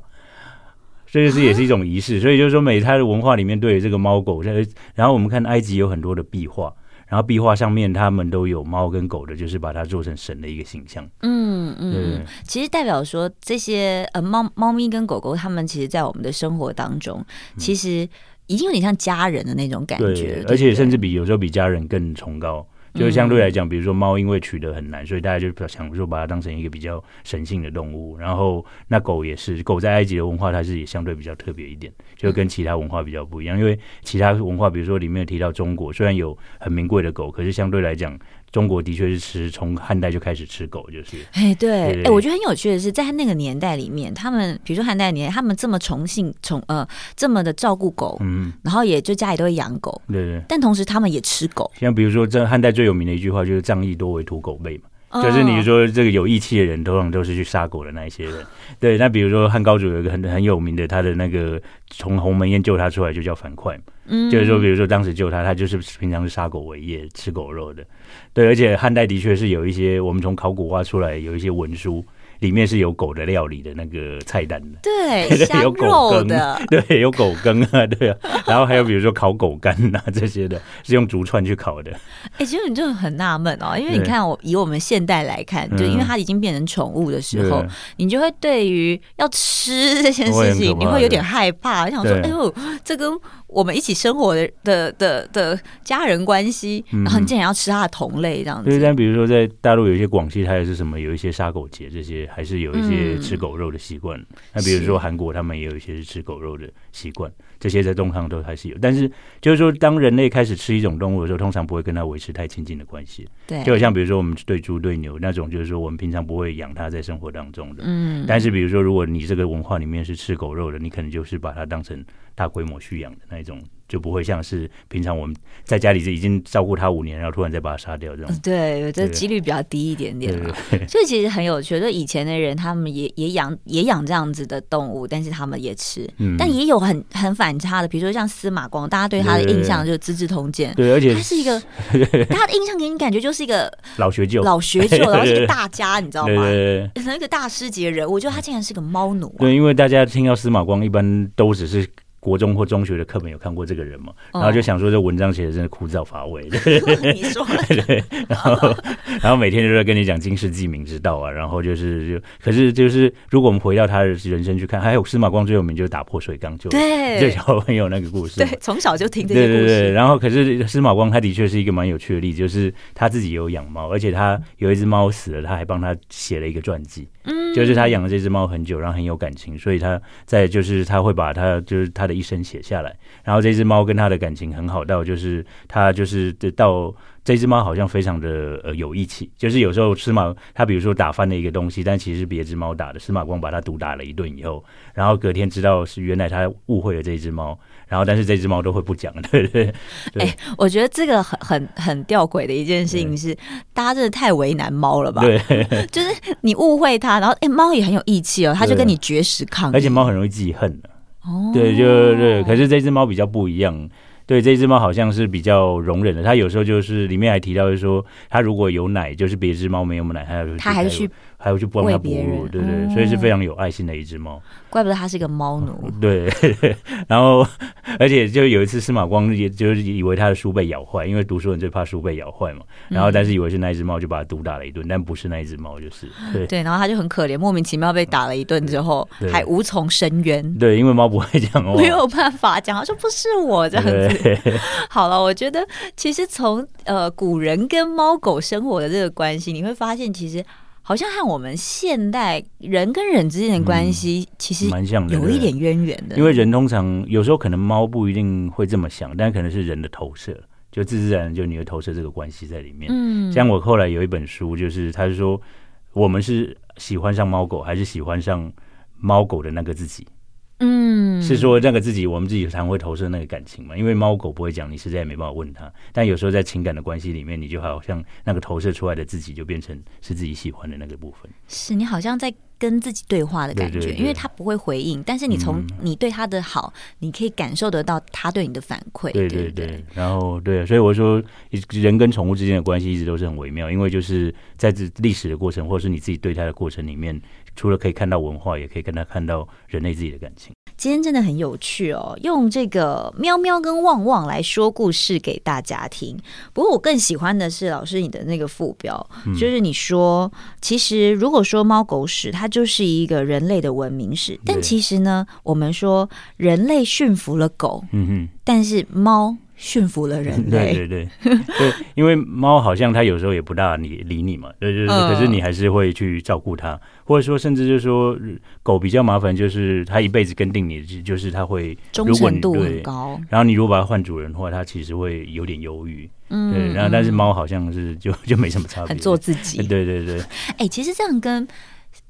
[SPEAKER 2] 所 以这也是一种仪式。所以就是说，美它的文化里面对于这个猫狗，呃然后我们看埃及有很多的壁画，然后壁画上面他们都有猫跟狗的，就是把它做成神的一个形象。
[SPEAKER 1] 嗯嗯
[SPEAKER 2] 对
[SPEAKER 1] 嗯，其实代表说这些呃猫猫咪跟狗狗，它们其实，在我们的生活当中，其实已经有点像家人的那种感觉，对
[SPEAKER 2] 嗯而且甚
[SPEAKER 1] 至
[SPEAKER 2] 至比有时候比家人更崇高。就是相对来讲，比如说猫，因为取得很难，所以大家就比较想说把它当成一个比较神性的动物。然后那狗也是，狗在埃及的文化它是也相对比较特别一点，就跟其他文化比较不一样。因为其他文化，比如说里面有提到中国，虽然有很名贵的狗，可是相对来讲，中国的确是吃从汉代就开始吃狗，就是
[SPEAKER 1] 哎，对，
[SPEAKER 2] 对
[SPEAKER 1] 哎，我觉得很有趣的是，在那个年代里面，他们比如说汉代年代，他们这么崇信崇呃这么的照顾狗，
[SPEAKER 2] 嗯，
[SPEAKER 1] 然后也就家里都会养狗，
[SPEAKER 2] 对对。
[SPEAKER 1] 但同时他们也吃狗，
[SPEAKER 2] 像比如说，这汉代最有名的一句话就是“仗义多为屠狗辈”嘛。
[SPEAKER 1] 哦
[SPEAKER 2] 就是你说这个有义气的人，通常都是去杀狗的那一 些人。对，那比如说汉高祖有一个很很有名的，他的那个从鸿门宴救他出来就叫樊哙，
[SPEAKER 1] 嗯
[SPEAKER 2] 就是说，比如说当时救他，他就是平常是杀狗为业，吃狗肉的。对，而且汉代的确是有一些我们从考古挖出来有一些文书，里面是有狗的料理的那个菜单的。
[SPEAKER 1] 对香
[SPEAKER 2] 有狗
[SPEAKER 1] 肉
[SPEAKER 2] 羹
[SPEAKER 1] 的，
[SPEAKER 2] 对，有狗羹啊，对啊，然后还有比如说烤狗肝啊这些的，是用竹串去烤的。
[SPEAKER 1] 哎、其实你就很纳闷哦，因为你
[SPEAKER 2] 对
[SPEAKER 1] 看我以我们现代来看，就因为
[SPEAKER 2] 嗯
[SPEAKER 1] 它已经变成宠物的时候
[SPEAKER 2] 对，
[SPEAKER 1] 你就会对于要吃这件
[SPEAKER 2] 会
[SPEAKER 1] 事
[SPEAKER 2] 很可
[SPEAKER 1] 情，你
[SPEAKER 2] 怕
[SPEAKER 1] 会有
[SPEAKER 2] 对
[SPEAKER 1] 点害怕，想说，哎
[SPEAKER 2] 对
[SPEAKER 1] 呦，这跟我们一起生活的的的的家人关系，然后你竟然要吃它的同类这样
[SPEAKER 2] 嗯对，
[SPEAKER 1] 子，
[SPEAKER 2] 但比如说在大陆有一些广西，它也是什么有一些杀狗节，这些还是有一
[SPEAKER 1] 嗯
[SPEAKER 2] 些吃狗肉的习惯。那比如说韩国，他们也有一些是吃狗肉的习惯，这些在东方都还是有。但是就是说，当人类开始吃一种动物的时候，通常不会跟它维持太亲近的关系。
[SPEAKER 1] 对，
[SPEAKER 2] 就好像比如说我们对猪对牛那种，就是说我们平常不会养它在生活当中的。
[SPEAKER 1] 嗯，
[SPEAKER 2] 但是比如说，如果你这个文化里面是吃狗肉的，你可能就是把它当成大规模蓄养的那一种。就不会像是平常我们在家里已经照顾它五年，然后突然再把它杀掉这种。
[SPEAKER 1] 对，这
[SPEAKER 2] 对
[SPEAKER 1] 几率比较低一点点
[SPEAKER 2] 对
[SPEAKER 1] 啦。所以其实很有趣，就以前的人他们也也养也养这样子的动物，但是他们也吃，
[SPEAKER 2] 嗯
[SPEAKER 1] 但也有很很反差的，比如说像司马光，大家对他的
[SPEAKER 2] 对对
[SPEAKER 1] 印
[SPEAKER 2] 对
[SPEAKER 1] 象就是《资治通鉴》，
[SPEAKER 2] 对，而且
[SPEAKER 1] 他是 一个，他的印象给你感觉就是一个
[SPEAKER 2] 老学究，
[SPEAKER 1] 老学究，然后是一个
[SPEAKER 2] 对
[SPEAKER 1] 大家，你知道
[SPEAKER 2] 对
[SPEAKER 1] 吗？
[SPEAKER 2] 对
[SPEAKER 1] 是一个大师级的人物，我觉得他竟然是个猫奴、啊。
[SPEAKER 2] 对，因为大家听到司马光，一般都只是。国中或中学的课本有看过这个人嘛？
[SPEAKER 1] 哦
[SPEAKER 2] 然后就想说这文章写的真的枯燥乏 味，
[SPEAKER 1] 你说，
[SPEAKER 2] 然后然后每天就在跟你讲经世济民之道啊，然后就是就可是就是如果我们回到他的人生去看，还有司马光最有名就是打破水缸救救
[SPEAKER 1] 对
[SPEAKER 2] 小朋友那个故事嘛，
[SPEAKER 1] 对，从小就听这
[SPEAKER 2] 对
[SPEAKER 1] 些
[SPEAKER 2] 对
[SPEAKER 1] 故
[SPEAKER 2] 对，
[SPEAKER 1] 事，
[SPEAKER 2] 然后可是司马光他的确是一个蛮有趣的例子，就是他自己有养猫，而且他有一只猫死了，他还帮他写了一个传记，嗯，就是他养了这只猫很久，然后很有感情，所以他在就是他会把他就是他的一生写下来，然后这只猫跟他的感情很好到就是他就是到。这只猫好像非常的呃有义气，就是有时候司马他比如说打翻了一个东西，但其实是别只猫打的，司马光把它毒打了一顿以后，然后隔天知道是原来他误会了这只猫，然后但是这只猫都会不讲， 对对对对
[SPEAKER 1] 哎，我觉得这个很很很吊诡的一件事情是，大家真的太为难猫了吧？嗯
[SPEAKER 2] 对，
[SPEAKER 1] 就是你误会它，然后哎，猫也很有义气哦，它就跟你绝食抗议，
[SPEAKER 2] 啊而且猫很容易记恨的，
[SPEAKER 1] 哦，
[SPEAKER 2] 对，就对。可是这只猫比较不一样，对，这只猫好像是比较容忍的，它有时候就是里面还提到就是说，它如果有奶，就是别只猫没有奶，它还会
[SPEAKER 1] 它还是去，
[SPEAKER 2] 还会去帮
[SPEAKER 1] 喂
[SPEAKER 2] 它
[SPEAKER 1] 别
[SPEAKER 2] 哺乳，
[SPEAKER 1] 人
[SPEAKER 2] 对对，
[SPEAKER 1] 哦
[SPEAKER 2] 所以是非常有爱心的一只猫。
[SPEAKER 1] 怪不得它是一个猫奴。
[SPEAKER 2] 对， 然后而且就有一次司马光也就是以为他的书被咬坏，因为读书人最怕书被咬坏嘛，
[SPEAKER 1] 嗯
[SPEAKER 2] 然后但是以为是那一只猫，就把它毒打了一顿，但不是那一只猫，就是对
[SPEAKER 1] 对，然后它就很可怜，莫名其妙被打了一顿之后，
[SPEAKER 2] 对
[SPEAKER 1] 还无从申冤，
[SPEAKER 2] 对，因为猫不会讲话，
[SPEAKER 1] 没有办法讲，它说不是我这样子。
[SPEAKER 2] 对
[SPEAKER 1] 好了，我觉得其实从呃古人跟猫狗生活的这个关系，你会发现其实好像和我们现代人跟人之间的关系、其实
[SPEAKER 2] 蛮像的，
[SPEAKER 1] 有一
[SPEAKER 2] 对。
[SPEAKER 1] 点渊源的，
[SPEAKER 2] 嗯因为人通常有时候可能猫不一定会这么想，但可能是人的投射，就自自然然就你会投射这个关系在里面。
[SPEAKER 1] 嗯
[SPEAKER 2] 像我后来有一本书，就是他是说我们是喜欢上猫狗，还是喜欢上猫狗的那个自己？
[SPEAKER 1] 嗯
[SPEAKER 2] 是说那个自己，我们自己常会投射那个感情嘛？因为猫狗不会讲，你实在也没办法问它。但有时候在情感的关系里面，你就好像那个投射出来的自己，就变成是自己喜欢的那个部分。
[SPEAKER 1] 是你好像在跟自己对话的感觉，
[SPEAKER 2] 对对对
[SPEAKER 1] 因为他不会回应，但是你从
[SPEAKER 2] 嗯
[SPEAKER 1] 你对他的好，你可以感受得到他对你的反馈，
[SPEAKER 2] 对
[SPEAKER 1] 对
[SPEAKER 2] 对
[SPEAKER 1] 不对
[SPEAKER 2] 对，然后对，啊所以我说人跟宠物之间的关系一直都是很微妙，因为就是在这历史的过程，或者是你自己对它的过程里面，除了可以看到文化，也可以跟它看到人类自己的感情。
[SPEAKER 1] 今天真的很有趣哦，用这个喵喵跟旺旺来说故事给大家听。不过我更喜欢的是老师你的那个副标，
[SPEAKER 2] 嗯
[SPEAKER 1] 就是你说，其实如果说猫狗屎，它就是一个人类的文明史，但
[SPEAKER 2] 对
[SPEAKER 1] 其实呢，我们说人类驯服了狗，
[SPEAKER 2] 嗯
[SPEAKER 1] 但是猫驯服了人
[SPEAKER 2] 哼，
[SPEAKER 1] 类。
[SPEAKER 2] 对对对对，因为猫好像它有时候也不大理理你嘛，对对对，
[SPEAKER 1] 嗯
[SPEAKER 2] 可是你还是会去照顾它，或者说甚至就是说狗比较麻烦，就是它一辈子跟定你，就就是它会，
[SPEAKER 1] 忠
[SPEAKER 2] 如果
[SPEAKER 1] 诚
[SPEAKER 2] 你
[SPEAKER 1] 度很
[SPEAKER 2] 对
[SPEAKER 1] 高，
[SPEAKER 2] 然后你如果把它换主人的话，它其实会有点忧郁，对，
[SPEAKER 1] 嗯，
[SPEAKER 2] 然后但是猫好像是就 就没什么差别，
[SPEAKER 1] 很做自己，
[SPEAKER 2] 对对对，
[SPEAKER 1] 哎、其实这样跟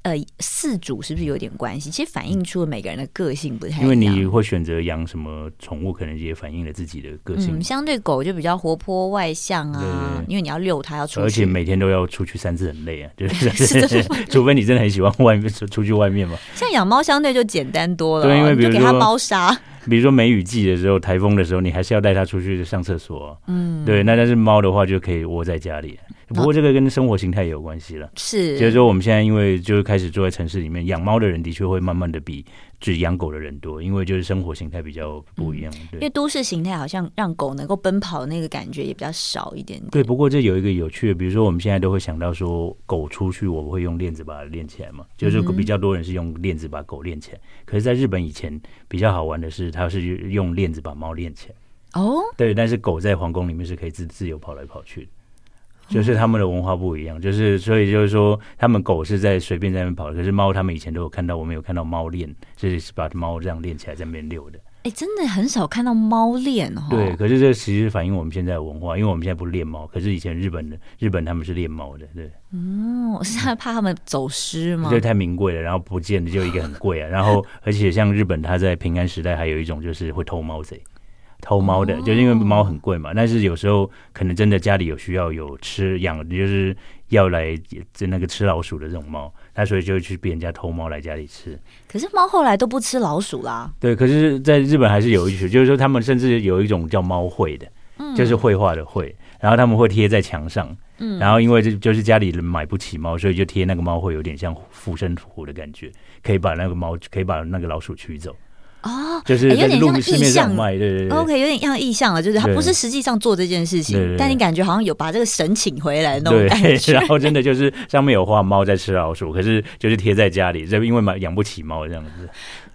[SPEAKER 1] 呃饲主是不是有点关系？其实反映出了每个人的个性不太一样。
[SPEAKER 2] 因为你会选择养什么宠物，可能也反映了自己的个性
[SPEAKER 1] 嗯，，相对狗就比较活泼外向啊，
[SPEAKER 2] 对对对
[SPEAKER 1] 因为你要遛它要出去，
[SPEAKER 2] 而且每天都要出去三次，很累啊， 就是
[SPEAKER 1] 是是
[SPEAKER 2] 除非你真的很喜欢外面出出去外面嘛，
[SPEAKER 1] 像养猫相对就简单多了哦、
[SPEAKER 2] 对因为比如
[SPEAKER 1] 你就给它
[SPEAKER 2] 说
[SPEAKER 1] 猫砂，
[SPEAKER 2] 比如说梅雨季的时候、台风的时候，你还是要带它出去上厕所啊、
[SPEAKER 1] 嗯，哦
[SPEAKER 2] 对，那但是猫的话就可以窝在家里，不过这个跟生活形态也有关系了。
[SPEAKER 1] 是，
[SPEAKER 2] 就是说，我们现在因为就是开始住在城市里面，养猫的人的确会慢慢的比只养狗的人多，因为就是生活形态比较不一样。对
[SPEAKER 1] 嗯因。为都市形态好像让狗能够奔跑的那个感觉也比较少一点点。
[SPEAKER 2] 对，不过这有一个有趣的，比如说我们现在都会想到说，狗出去我们会用链子把它链起来嘛，就是
[SPEAKER 1] 嗯哼
[SPEAKER 2] 比较多人是用链子把狗链起来。可是，在日本以前比较好玩的是，它是用链子把猫链起来。
[SPEAKER 1] 哦，
[SPEAKER 2] 对，但是狗在皇宫里面是可以自自由跑来跑去的。就是他们的文化不一样，就是所以就是说，他们狗是在随便在那边跑，可是猫他们以前都有看到，我们有看到猫链，就是把猫这样链起来在那边溜的。
[SPEAKER 1] 哎，真的很少看到猫链哦。
[SPEAKER 2] 对，，可是这其实反映我们现在的文化，因为我们现在不练猫，可是以前日本的日本他们是练猫的，对，
[SPEAKER 1] 哦，是它怕它们走失吗
[SPEAKER 2] 这？太名贵了，然后不见得就一个很贵啊，然后而且像日本，它在平安时代还有一种就是会偷猫贼。偷猫的，就是因为猫很贵嘛，但是有时候可能真的家里有需要有吃养，就是要来这那个吃老鼠的这种猫，那所以就会去别人家偷猫来家里吃。
[SPEAKER 1] 可是猫后来都不吃老鼠啦。
[SPEAKER 2] 对，可是在日本还是有一群，就是说他们甚至有一种叫猫绘的，
[SPEAKER 1] 嗯
[SPEAKER 2] 就是绘画的绘，然后他们会贴在墙上，
[SPEAKER 1] 嗯
[SPEAKER 2] 然后因为就就是家里人买不起猫，所以就贴那个猫会有点像附身符的感觉，可以把那个猫可以把那个老鼠驱走，
[SPEAKER 1] 哦，
[SPEAKER 2] 就是
[SPEAKER 1] 哎有
[SPEAKER 2] 在
[SPEAKER 1] 点
[SPEAKER 2] 路
[SPEAKER 1] 像
[SPEAKER 2] 市
[SPEAKER 1] 意
[SPEAKER 2] 面上
[SPEAKER 1] 象。
[SPEAKER 2] 卖，对对对对。
[SPEAKER 1] OK，有点像意象了，就是它
[SPEAKER 2] 对
[SPEAKER 1] 不是实际上做这件事
[SPEAKER 2] 对对
[SPEAKER 1] 情，
[SPEAKER 2] 对
[SPEAKER 1] 但你感觉好像有把这个神请回来那种
[SPEAKER 2] 对
[SPEAKER 1] 感，觉。
[SPEAKER 2] 然后真的就是上面有画猫在吃老鼠，可是就是贴在家里，这因为买养不起猫这样子。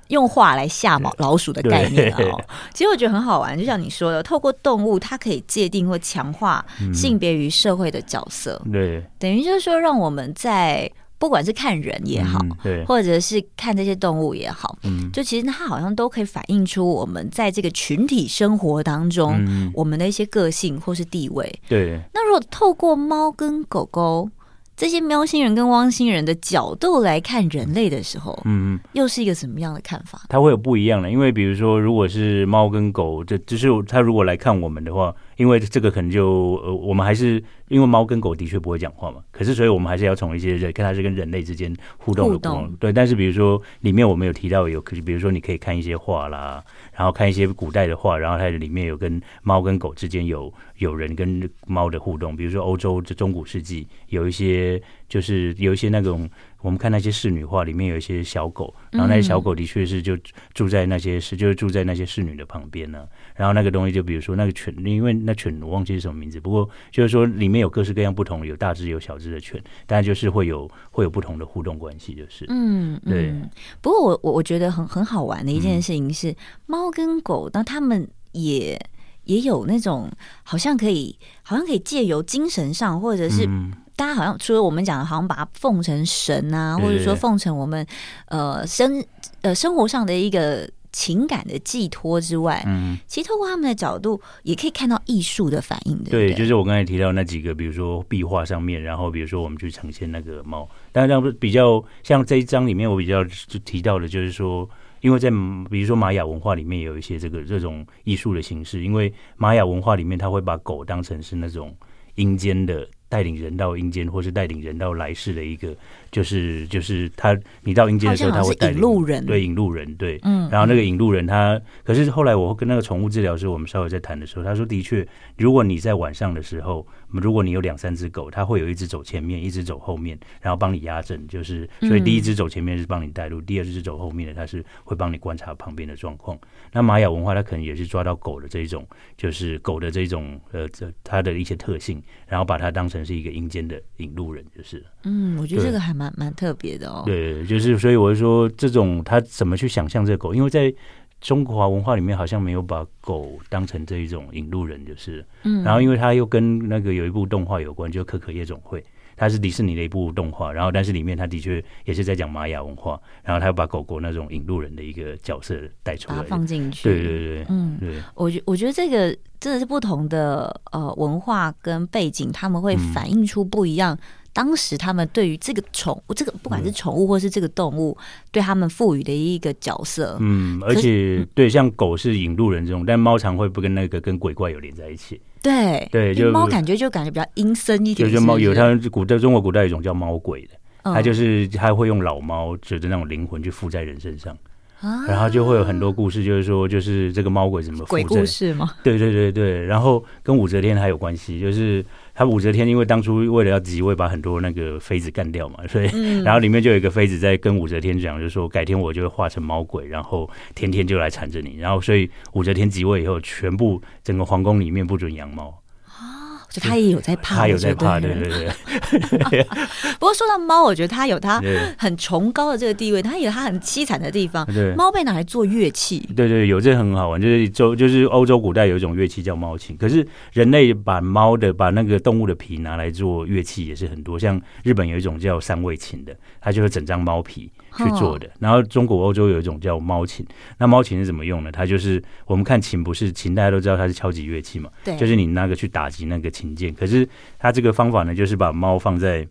[SPEAKER 1] 用话来吓毛老鼠的概念
[SPEAKER 2] 对
[SPEAKER 1] 哦。其实我觉得很好玩，就像你说的，透过动物，它可以界定或强化
[SPEAKER 2] 嗯
[SPEAKER 1] 性别与社会的角色，
[SPEAKER 2] 对，
[SPEAKER 1] 等于就是说，让我们在不管是看人也好，
[SPEAKER 2] 嗯对，
[SPEAKER 1] 或者是看这些动物也好，
[SPEAKER 2] 嗯
[SPEAKER 1] 就其实它好像都可以反映出我们在这个群体生活当中。
[SPEAKER 2] 嗯，
[SPEAKER 1] 我们的一些个性或是地位，
[SPEAKER 2] 对。嗯
[SPEAKER 1] 那如果透过猫跟狗狗这些喵星人跟汪星人的角度来看人类的时候，
[SPEAKER 2] 嗯，
[SPEAKER 1] 又是一个什么样的看法？
[SPEAKER 2] 它会有不一样的，因为比如说，如果是猫跟狗，这只是它如果来看我们的话，因为这个可能就呃，我们还是因为猫跟狗的确不会讲话嘛，可是所以我们还是要从一些人跟它是跟人类之间互动的
[SPEAKER 1] 互动
[SPEAKER 2] 过程对。但是比如说里面我们有提到有，可是比如说你可以看一些画啦，然后看一些古代的画，然后它里面有跟猫跟狗之间有有人跟猫的互动，比如说欧洲这中古世纪有一些就是有一些那种我们看那些仕女画里面有一些小狗，然后那些小狗的确是就住在那些是就是住在那些侍女的旁边呢、然后那个东西就比如说那个犬，因为那犬我忘记是什么名字，不过就是说里面有各式各样不同，有大只有小只的犬，当然就是会有会有不同的互动关系，就是
[SPEAKER 1] 嗯，
[SPEAKER 2] 对嗯
[SPEAKER 1] 嗯。不过我我我觉得很很好玩的一件事情是，猫跟狗，那它们也也有那种好像可以，好像可以借由精神上，或者是
[SPEAKER 2] 嗯
[SPEAKER 1] 大家好像除了我们讲的，好像把它奉成神啊，
[SPEAKER 2] 对
[SPEAKER 1] 或
[SPEAKER 2] 对
[SPEAKER 1] 者说奉成我们呃生呃生活上的一个情感的寄托之外，
[SPEAKER 2] 嗯，
[SPEAKER 1] 其实透过他们的角度，也可以看到艺术的反应，对不
[SPEAKER 2] 对，
[SPEAKER 1] 对？
[SPEAKER 2] 就是我刚才提到那几个，比如说壁画上面，然后比如说我们去呈现那个猫，但这样比较像这一章里面我比较就提到的，就是说，因为在比如说玛雅文化里面有一些这个这种艺术的形式，因为玛雅文化里面它会把狗当成是那种阴间的带领人到阴间，或是带领人到来世的一个，就是就是他，你到阴间的时候，
[SPEAKER 3] 好
[SPEAKER 2] 他
[SPEAKER 3] 像好
[SPEAKER 2] 会
[SPEAKER 3] 像
[SPEAKER 2] 带
[SPEAKER 3] 是引
[SPEAKER 2] 领
[SPEAKER 3] 路人
[SPEAKER 2] 对引路人，对，
[SPEAKER 3] 嗯
[SPEAKER 2] 然后那个引路人他，可是后来我跟那个宠物治疗师，我们稍微在谈的时候，他说，的确，如果你在晚上的时候，如果你有两三只狗，它会有一只走前面，一只走后面，然后帮你压阵，就是
[SPEAKER 3] 嗯
[SPEAKER 2] 所以第一只走前面是帮你带路，第二只走后面的它是会帮你观察旁边的状况。那玛雅文化它可能也是抓到狗的这一种，就是狗的这种呃这它的一些特性，然后把它当成是一个阴间的引路人，就是。
[SPEAKER 1] 嗯，我觉得
[SPEAKER 2] 对
[SPEAKER 1] 这个还蛮蛮特别的哦。
[SPEAKER 2] 对，就是所以我是说，这种他怎么去想象这个狗？因为在中华文化里面好像没有把狗当成这一种引路人，就是。
[SPEAKER 1] 嗯
[SPEAKER 2] 然后，因为它又跟那个有一部动画有关，就《可可夜总会》，它是迪士尼的一部动画，然后但是里面它的确也是在讲玛雅文化，然后它把狗狗那种引路人的一个角色带出
[SPEAKER 1] 把
[SPEAKER 2] 来
[SPEAKER 1] 它。啊放进去。
[SPEAKER 2] 对对对
[SPEAKER 1] 嗯，
[SPEAKER 2] 对
[SPEAKER 1] 我觉我觉得这个真的是不同的呃文化跟背景，他们会
[SPEAKER 2] 嗯
[SPEAKER 1] 反映出不一样。当时他们对于这个宠，这个不管
[SPEAKER 2] 嗯
[SPEAKER 1] 是宠物或是这个动物，对他们赋予的一个角色，
[SPEAKER 2] 嗯，而
[SPEAKER 1] 可是
[SPEAKER 2] 且对，像狗是引路人这种，但猫常会不跟那个跟鬼怪有连在一起。
[SPEAKER 1] 对
[SPEAKER 2] 对
[SPEAKER 1] 因为
[SPEAKER 2] 就
[SPEAKER 1] 猫感觉就感觉比较阴森一
[SPEAKER 2] 就
[SPEAKER 1] 点，
[SPEAKER 2] 是猫
[SPEAKER 1] 是不
[SPEAKER 2] 有
[SPEAKER 1] 是，
[SPEAKER 2] 它古代中国古代有一种叫猫鬼的。
[SPEAKER 1] 嗯
[SPEAKER 2] 他就是他会用老猫觉得那种灵魂去附在人身上，
[SPEAKER 1] 啊
[SPEAKER 2] 然后就会有很多故事，就是说，就是这个猫鬼怎么附
[SPEAKER 1] 鬼
[SPEAKER 2] 在
[SPEAKER 1] 故，事 嘛，
[SPEAKER 2] 对对对对，然后跟武则天还有关系，就是他武则天因为当初为了要即位，把很多那个妃子干掉嘛， 所以、
[SPEAKER 1] 嗯
[SPEAKER 2] 然后里面就有一个妃子在跟武则天讲，就说改天我就会化成猫鬼，然后天天就来缠着你，然后所以武则天即位以后，全部整个皇宫里面不准养猫，
[SPEAKER 1] 就他也有在怕，
[SPEAKER 2] 他有在怕，
[SPEAKER 1] 我觉
[SPEAKER 2] 对
[SPEAKER 1] 得
[SPEAKER 2] 对对
[SPEAKER 1] 不过说到猫，我觉得它有它
[SPEAKER 2] 对
[SPEAKER 1] 很崇高的这个地位，它也有它很凄惨的地方。
[SPEAKER 2] 嗯对。
[SPEAKER 1] 猫被拿来做乐器，
[SPEAKER 2] 对对，有这很好玩，就是周就是欧洲古代有一种乐器叫猫琴，可是人类把猫的把那个动物的皮拿来做乐器也是很多，像日本有一种叫三味琴的，它就是整张猫皮嗯去做的。然后中国欧洲有一种叫猫琴，那猫琴是怎么用呢？它就是我们看琴不是琴，大家都知道它是敲击乐器嘛，
[SPEAKER 1] 对，
[SPEAKER 2] 就是你那个去打击那个琴键。可是它这个方法呢，就是把猫放在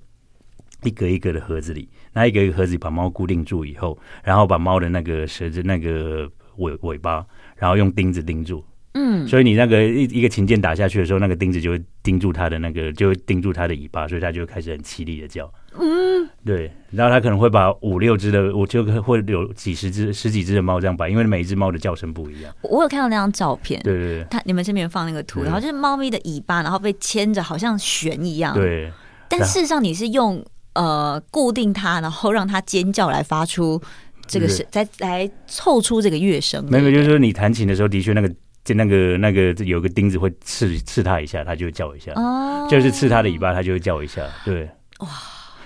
[SPEAKER 2] 一格一格的盒子里，那一格一个盒子里把猫固定住以后，然后把猫的那个舌子那个尾尾巴，然后用钉子钉住。
[SPEAKER 1] 嗯，
[SPEAKER 2] 所以你那个一一个琴键打下去的时候，那个钉子就会钉住它的那个，就会钉住它的尾巴，所以它就会开始很凄厉的叫。嗯，对。然后它可能会把五六只的，我就会有几十只、十几只的猫这样摆，因为每一只猫的叫声不一样。
[SPEAKER 1] 我有看到那张照片，
[SPEAKER 2] 对对
[SPEAKER 1] 它你们这边放那个图，
[SPEAKER 2] 对
[SPEAKER 1] 然后就是猫咪的尾巴，然后被牵着，好像悬一样。
[SPEAKER 2] 对，对。
[SPEAKER 1] 但
[SPEAKER 2] 然后
[SPEAKER 1] 事实上你是用呃固定它，然后让它尖叫来发出这个
[SPEAKER 2] 对
[SPEAKER 1] 声，来来凑出这个乐声。
[SPEAKER 2] 没有，
[SPEAKER 1] 对
[SPEAKER 2] 就
[SPEAKER 1] 不
[SPEAKER 2] 是
[SPEAKER 1] 对
[SPEAKER 2] 说你弹琴的时候，的确那个就那个那个有个钉子会刺刺它一下，它就会叫一下，
[SPEAKER 1] 哦，
[SPEAKER 2] 就是刺它的尾巴，它就会叫一下，对，哇，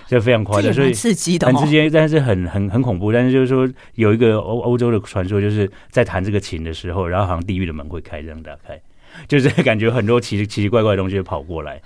[SPEAKER 2] 这非常夸
[SPEAKER 1] 这也
[SPEAKER 2] 张，所以
[SPEAKER 1] 蛮。刺激的
[SPEAKER 2] 很
[SPEAKER 1] 哦
[SPEAKER 2] 直。接，但是很很很恐怖。但是就是说，有一个欧欧洲的传说，就是在弹这个琴的时候，然后好像地狱的门会开，这样打开，就是感觉很多奇奇奇怪怪的东西会跑过来。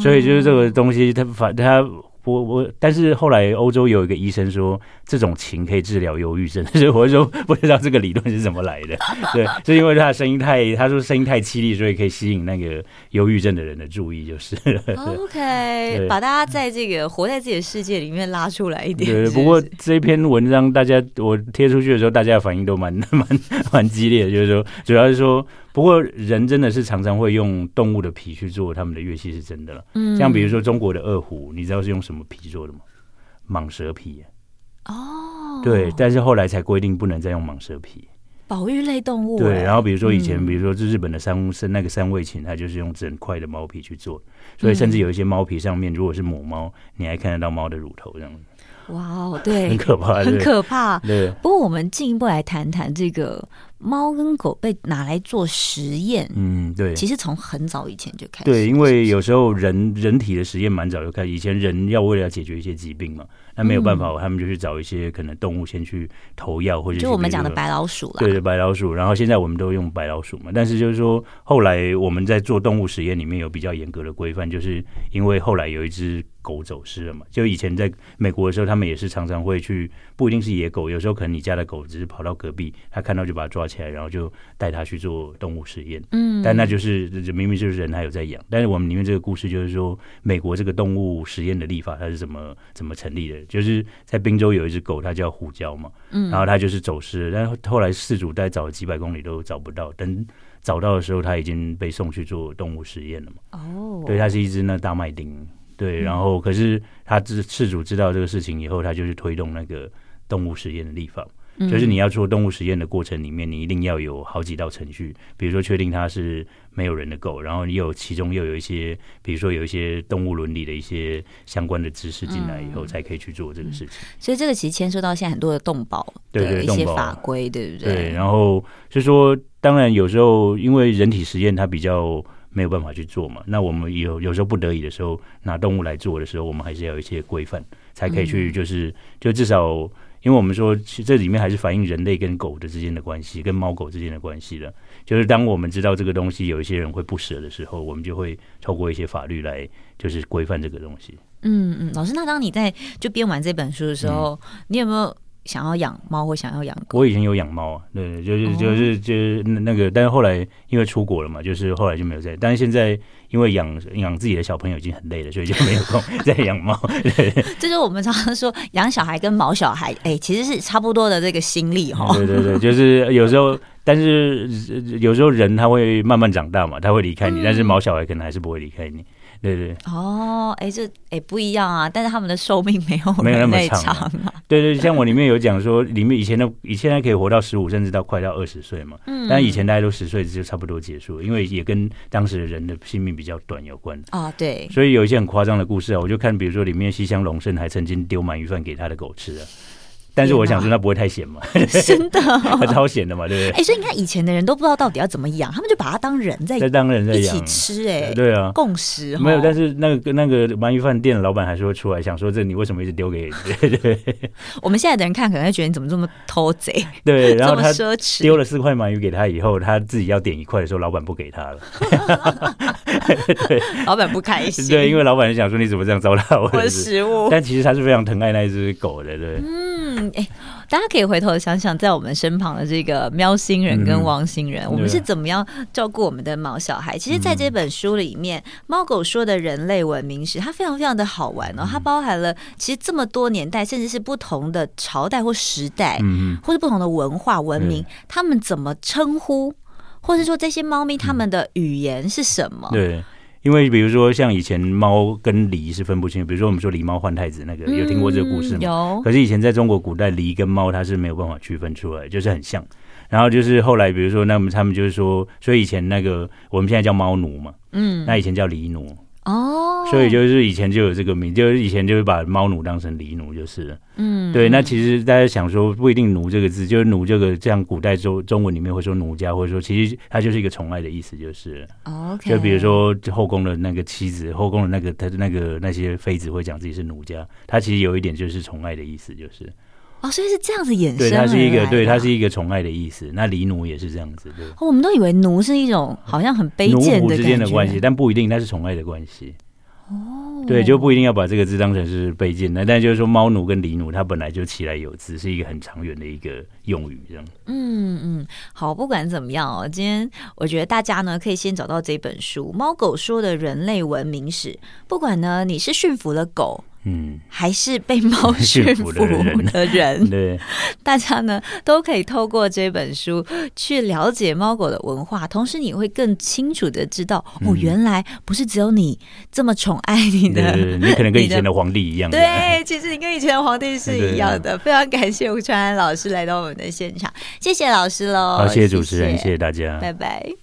[SPEAKER 2] 所以就是这个东西，它反它我我，但是后来欧洲有一个医生说，这种琴可以治疗忧郁症， 所以我就说不知道这个理论是怎么来的。对，是因为他的声音太，他说声音太凄厉，所以可以吸引那个忧郁症的人的注意，就是。
[SPEAKER 1] 哦 OK，
[SPEAKER 2] 对
[SPEAKER 1] 把大家在这个活在自己的世界里面拉出来一点。
[SPEAKER 2] 对，
[SPEAKER 1] 是
[SPEAKER 2] 不过
[SPEAKER 1] 是
[SPEAKER 2] 这篇文章大家我贴出去的时候，大家的反应都蛮 蛮蛮激烈的，就是说主要是说，不过人真的是常常会用动物的皮去做他们的乐器，是真的了。
[SPEAKER 1] 嗯
[SPEAKER 2] 像比如说中国的二胡，你知道是用什么皮做的吗？蟒蛇皮。啊
[SPEAKER 1] 哦，
[SPEAKER 2] 对，但是后来才规定不能再用蟒蛇皮。
[SPEAKER 1] 保育类动物哎，
[SPEAKER 2] 对，然后比如说以前，
[SPEAKER 1] 嗯
[SPEAKER 2] 比如说日本的三是那个三味琴，它就是用整块的猫皮去做，
[SPEAKER 1] 嗯
[SPEAKER 2] 所以甚至有一些猫皮上面如果是母猫，你还看得到猫的乳头，这样子
[SPEAKER 1] 哇哦，对
[SPEAKER 2] 很，可怕，
[SPEAKER 1] 很
[SPEAKER 2] 对
[SPEAKER 1] 可怕。
[SPEAKER 2] 对。
[SPEAKER 1] 不过我们进一步来谈谈这个猫跟狗被拿来做实验，
[SPEAKER 2] 嗯，对，
[SPEAKER 1] 其实从很早以前就开始。
[SPEAKER 2] 对，因为有
[SPEAKER 1] 是
[SPEAKER 2] 时候人人体的实验蛮早就开始，以前人要为了要解决一些疾病嘛，那没有办法，他们就去找一些可能动物先去投药，或
[SPEAKER 1] 不
[SPEAKER 2] 者
[SPEAKER 1] 是嗯
[SPEAKER 2] 是
[SPEAKER 1] 就我们
[SPEAKER 2] 比如
[SPEAKER 1] 讲的
[SPEAKER 2] 说
[SPEAKER 1] 白老鼠啦，
[SPEAKER 2] 对对，白老鼠。然后现在我们都用白老鼠嘛，但是就是说，后来我们在做动物实验里面有比较严格的规范，就是因为后来有一只狗走失了嘛，就以前在美国的时候，他们也是常常会去，不一定是野狗，有时候可能你家的狗只是跑到隔壁，他看到就把它抓起来，然后就带它去做动物实验。
[SPEAKER 1] 嗯，
[SPEAKER 2] 但那就是明明就是人还有在养，但是我们里面这个故事就是说，美国这个动物实验的立法它是怎么怎么成立的？就是在宾州有一只狗，它叫胡椒嘛，嗯，然后它就是走失了，但是后来饲主带找了几百公里都找不到，等找到的时候，它已经被送去做动物实验了嘛。
[SPEAKER 1] 哦，
[SPEAKER 2] 对，它是一只那大麦町，对，然后可是他知事主知道这个事情以后，他就去推动那个动物实验的立法。
[SPEAKER 1] 嗯
[SPEAKER 2] 就是你要做动物实验的过程里面，你一定要有好几道程序，比如说确定它是没有人的狗，然后也有其中又有一些，比如说有一些动物伦理的一些相关的知识进来以后，才可以去做这个事情。
[SPEAKER 1] 所以这个其实牵涉到现在很多的动保
[SPEAKER 2] 对对
[SPEAKER 1] 的一
[SPEAKER 2] 动
[SPEAKER 1] 些
[SPEAKER 2] 保
[SPEAKER 1] 法规，对不
[SPEAKER 2] 对，然后是说，当然有时候因为人体实验它比较没有办法去做嘛，那我们有有时候不得已的时候拿动物来做的时候，我们还是要有一些规范，才可以
[SPEAKER 1] 嗯
[SPEAKER 2] 去就是、就至少，因为我们说其实这里面还是反映人类跟狗的之间的关系，跟猫狗之间的关系的。就是当我们知道这个东西有一些人会不舍的时候，我们就会透过一些法律来就是规范这个东西。
[SPEAKER 1] 嗯嗯，老师，那当你在就编完这本书的时候，你有没有想要养猫或想要养狗？
[SPEAKER 2] 嗯我以前有养猫啊，对，就是
[SPEAKER 1] 哦
[SPEAKER 2] 就是就是那那个，但是后来因为出国了嘛，就是后来就没有在。但是现在因为养养自己的小朋友已经很累了，所以就没有 空再养猫。
[SPEAKER 1] 这就是我们常常说养小孩跟毛小孩，哎、其实是差不多的这个心理哈。
[SPEAKER 2] 对对对，就是有时候，但是呃有时候人他会慢慢长大嘛，他会离
[SPEAKER 1] 嗯
[SPEAKER 2] 开你，但是毛小孩可能还是不会离开你。对对
[SPEAKER 1] 哦，哎、这哎、不一样啊，但是他们的寿命没有
[SPEAKER 2] 没有那么
[SPEAKER 1] 人类
[SPEAKER 2] 长啊
[SPEAKER 1] 啊。
[SPEAKER 2] 对对，像我里面有讲说，里面以前的以前还可以活到十五，甚至到快到二十岁嘛。
[SPEAKER 1] 嗯
[SPEAKER 2] 但以前大家都十岁就差不多结束了，因为也跟当时的人的性命比较短有关。
[SPEAKER 1] 啊，对，
[SPEAKER 2] 所以有一些很夸张的故事啊，我就看，比如说里面西乡隆盛还曾经丢鳗鱼饭给他的狗吃啊，但是我想说那不会太咸嘛，
[SPEAKER 1] 真的哦、
[SPEAKER 2] 它超咸的嘛，对不
[SPEAKER 1] 哎、
[SPEAKER 2] 对？
[SPEAKER 1] 所以你看以前的人都不知道到底要怎么养，他们就把它当人在
[SPEAKER 2] 在当人在
[SPEAKER 1] 哎一
[SPEAKER 2] 养
[SPEAKER 1] 起，吃、哎、
[SPEAKER 2] 啊对啊。
[SPEAKER 1] 共识哈
[SPEAKER 2] 没有，但是那个那个鳗鱼饭店的老板还是会出来想说，这你为什么一直丢给 对对
[SPEAKER 1] 我们现在的人看可能会觉得你怎么这么偷贼，
[SPEAKER 2] 对？然
[SPEAKER 1] 这
[SPEAKER 2] 后
[SPEAKER 1] 么
[SPEAKER 2] 他
[SPEAKER 1] 奢侈，
[SPEAKER 2] 丢了四块鳗鱼给他以后，他自己要点一块的时候，老板不 给他了。
[SPEAKER 1] 老板不开心。
[SPEAKER 2] 对，因为老板想说你怎么这样糟蹋我
[SPEAKER 1] 我
[SPEAKER 2] 的
[SPEAKER 1] 的
[SPEAKER 2] 食
[SPEAKER 1] 食物，
[SPEAKER 2] 但其实他是非常疼爱那一只狗的，对。
[SPEAKER 1] 嗯，哎、大家可以回头想想，在我们身旁的这个喵星人
[SPEAKER 2] 嗯
[SPEAKER 1] 跟汪星
[SPEAKER 2] 啊
[SPEAKER 1] 人，我们是怎么样照顾我们的毛小孩？其实，在
[SPEAKER 2] 嗯
[SPEAKER 1] 这本书里面，猫狗说的人类文明史》它非常非常的好玩
[SPEAKER 2] 嗯
[SPEAKER 1] 哦，它包含了其实这么多年代，甚至是不同的朝代或时代，
[SPEAKER 2] 嗯，
[SPEAKER 1] 或是不同的文化文明
[SPEAKER 2] 对，
[SPEAKER 1] 他们怎么称呼，或是说这些猫咪它们的语言是什么？
[SPEAKER 2] 嗯对，因为比如说像以前猫跟狸是分不清，比如说我们说狸猫换太子那个，
[SPEAKER 1] 嗯，
[SPEAKER 2] 有听过这个故事吗？
[SPEAKER 1] 有，
[SPEAKER 2] 可是以前在中国古代，狸跟猫它是没有办法区分出来，就是很像。然后就是后来，比如说，那么他们就是说，所以以前那个我们现在叫猫奴嘛，
[SPEAKER 1] 嗯，
[SPEAKER 2] 那以前叫狸奴，
[SPEAKER 1] 哦，
[SPEAKER 2] 所以就是以前就有这个名，就是以前就是把猫奴当成狸奴就是了。
[SPEAKER 1] 嗯，
[SPEAKER 2] 对，那其实大家想说，不一定“奴”这个字，就是“奴”这个，像古代中中文里面会说奴家，或者说其实它就是一个宠爱的意思，就是了。
[SPEAKER 1] 嗯哦 OK，
[SPEAKER 2] 就比如说后宫的那个妻子，后宫的那个他的那个那些妃子会讲自己是奴家，他其实有一点就是宠爱的意思，就是
[SPEAKER 1] 哦，所以是这样子衍生
[SPEAKER 2] 对他是一
[SPEAKER 1] 而
[SPEAKER 2] 个
[SPEAKER 1] 来
[SPEAKER 2] 对
[SPEAKER 1] 的啊
[SPEAKER 2] 他是一个宠爱的意思。那狸奴也是这样子，对。
[SPEAKER 1] 哦我们都以为奴是一种好像很卑
[SPEAKER 2] 奴
[SPEAKER 1] 贱
[SPEAKER 2] 仆
[SPEAKER 1] 的
[SPEAKER 2] 之间
[SPEAKER 1] 感
[SPEAKER 2] 的
[SPEAKER 1] 觉，
[SPEAKER 2] 关系，但不一定那是宠爱的关系。哦，对，就不一定要把这个字当成是卑贱的，但就是说猫奴跟狸奴，它本来就起来有之，是一个很长远的一个用语，这样。
[SPEAKER 1] 嗯嗯，好，不管怎么样哦，今天我觉得大家呢可以先找到这本书《猫狗说的人类文明史》，不管呢你是驯服了狗。
[SPEAKER 2] 嗯，
[SPEAKER 1] 还是被猫驯
[SPEAKER 2] 驯
[SPEAKER 1] 服
[SPEAKER 2] 服的人
[SPEAKER 1] 的 人，
[SPEAKER 2] 嗯对，
[SPEAKER 1] 大家呢都可以透过这本书去了解猫狗的文化，同时你会更清楚的知道，
[SPEAKER 2] 嗯
[SPEAKER 1] 哦，原来不是只有你这么宠爱 你
[SPEAKER 2] 对
[SPEAKER 1] 的，
[SPEAKER 2] 对对，你可能跟以前
[SPEAKER 1] 你的
[SPEAKER 2] 的皇帝一样。
[SPEAKER 1] 对，其实你跟以前的皇帝是一样的。非常感谢吴川安老师来到我们的现场，谢谢老师喽，哦
[SPEAKER 2] 好，谢谢主持人，谢谢大家，
[SPEAKER 1] 拜拜。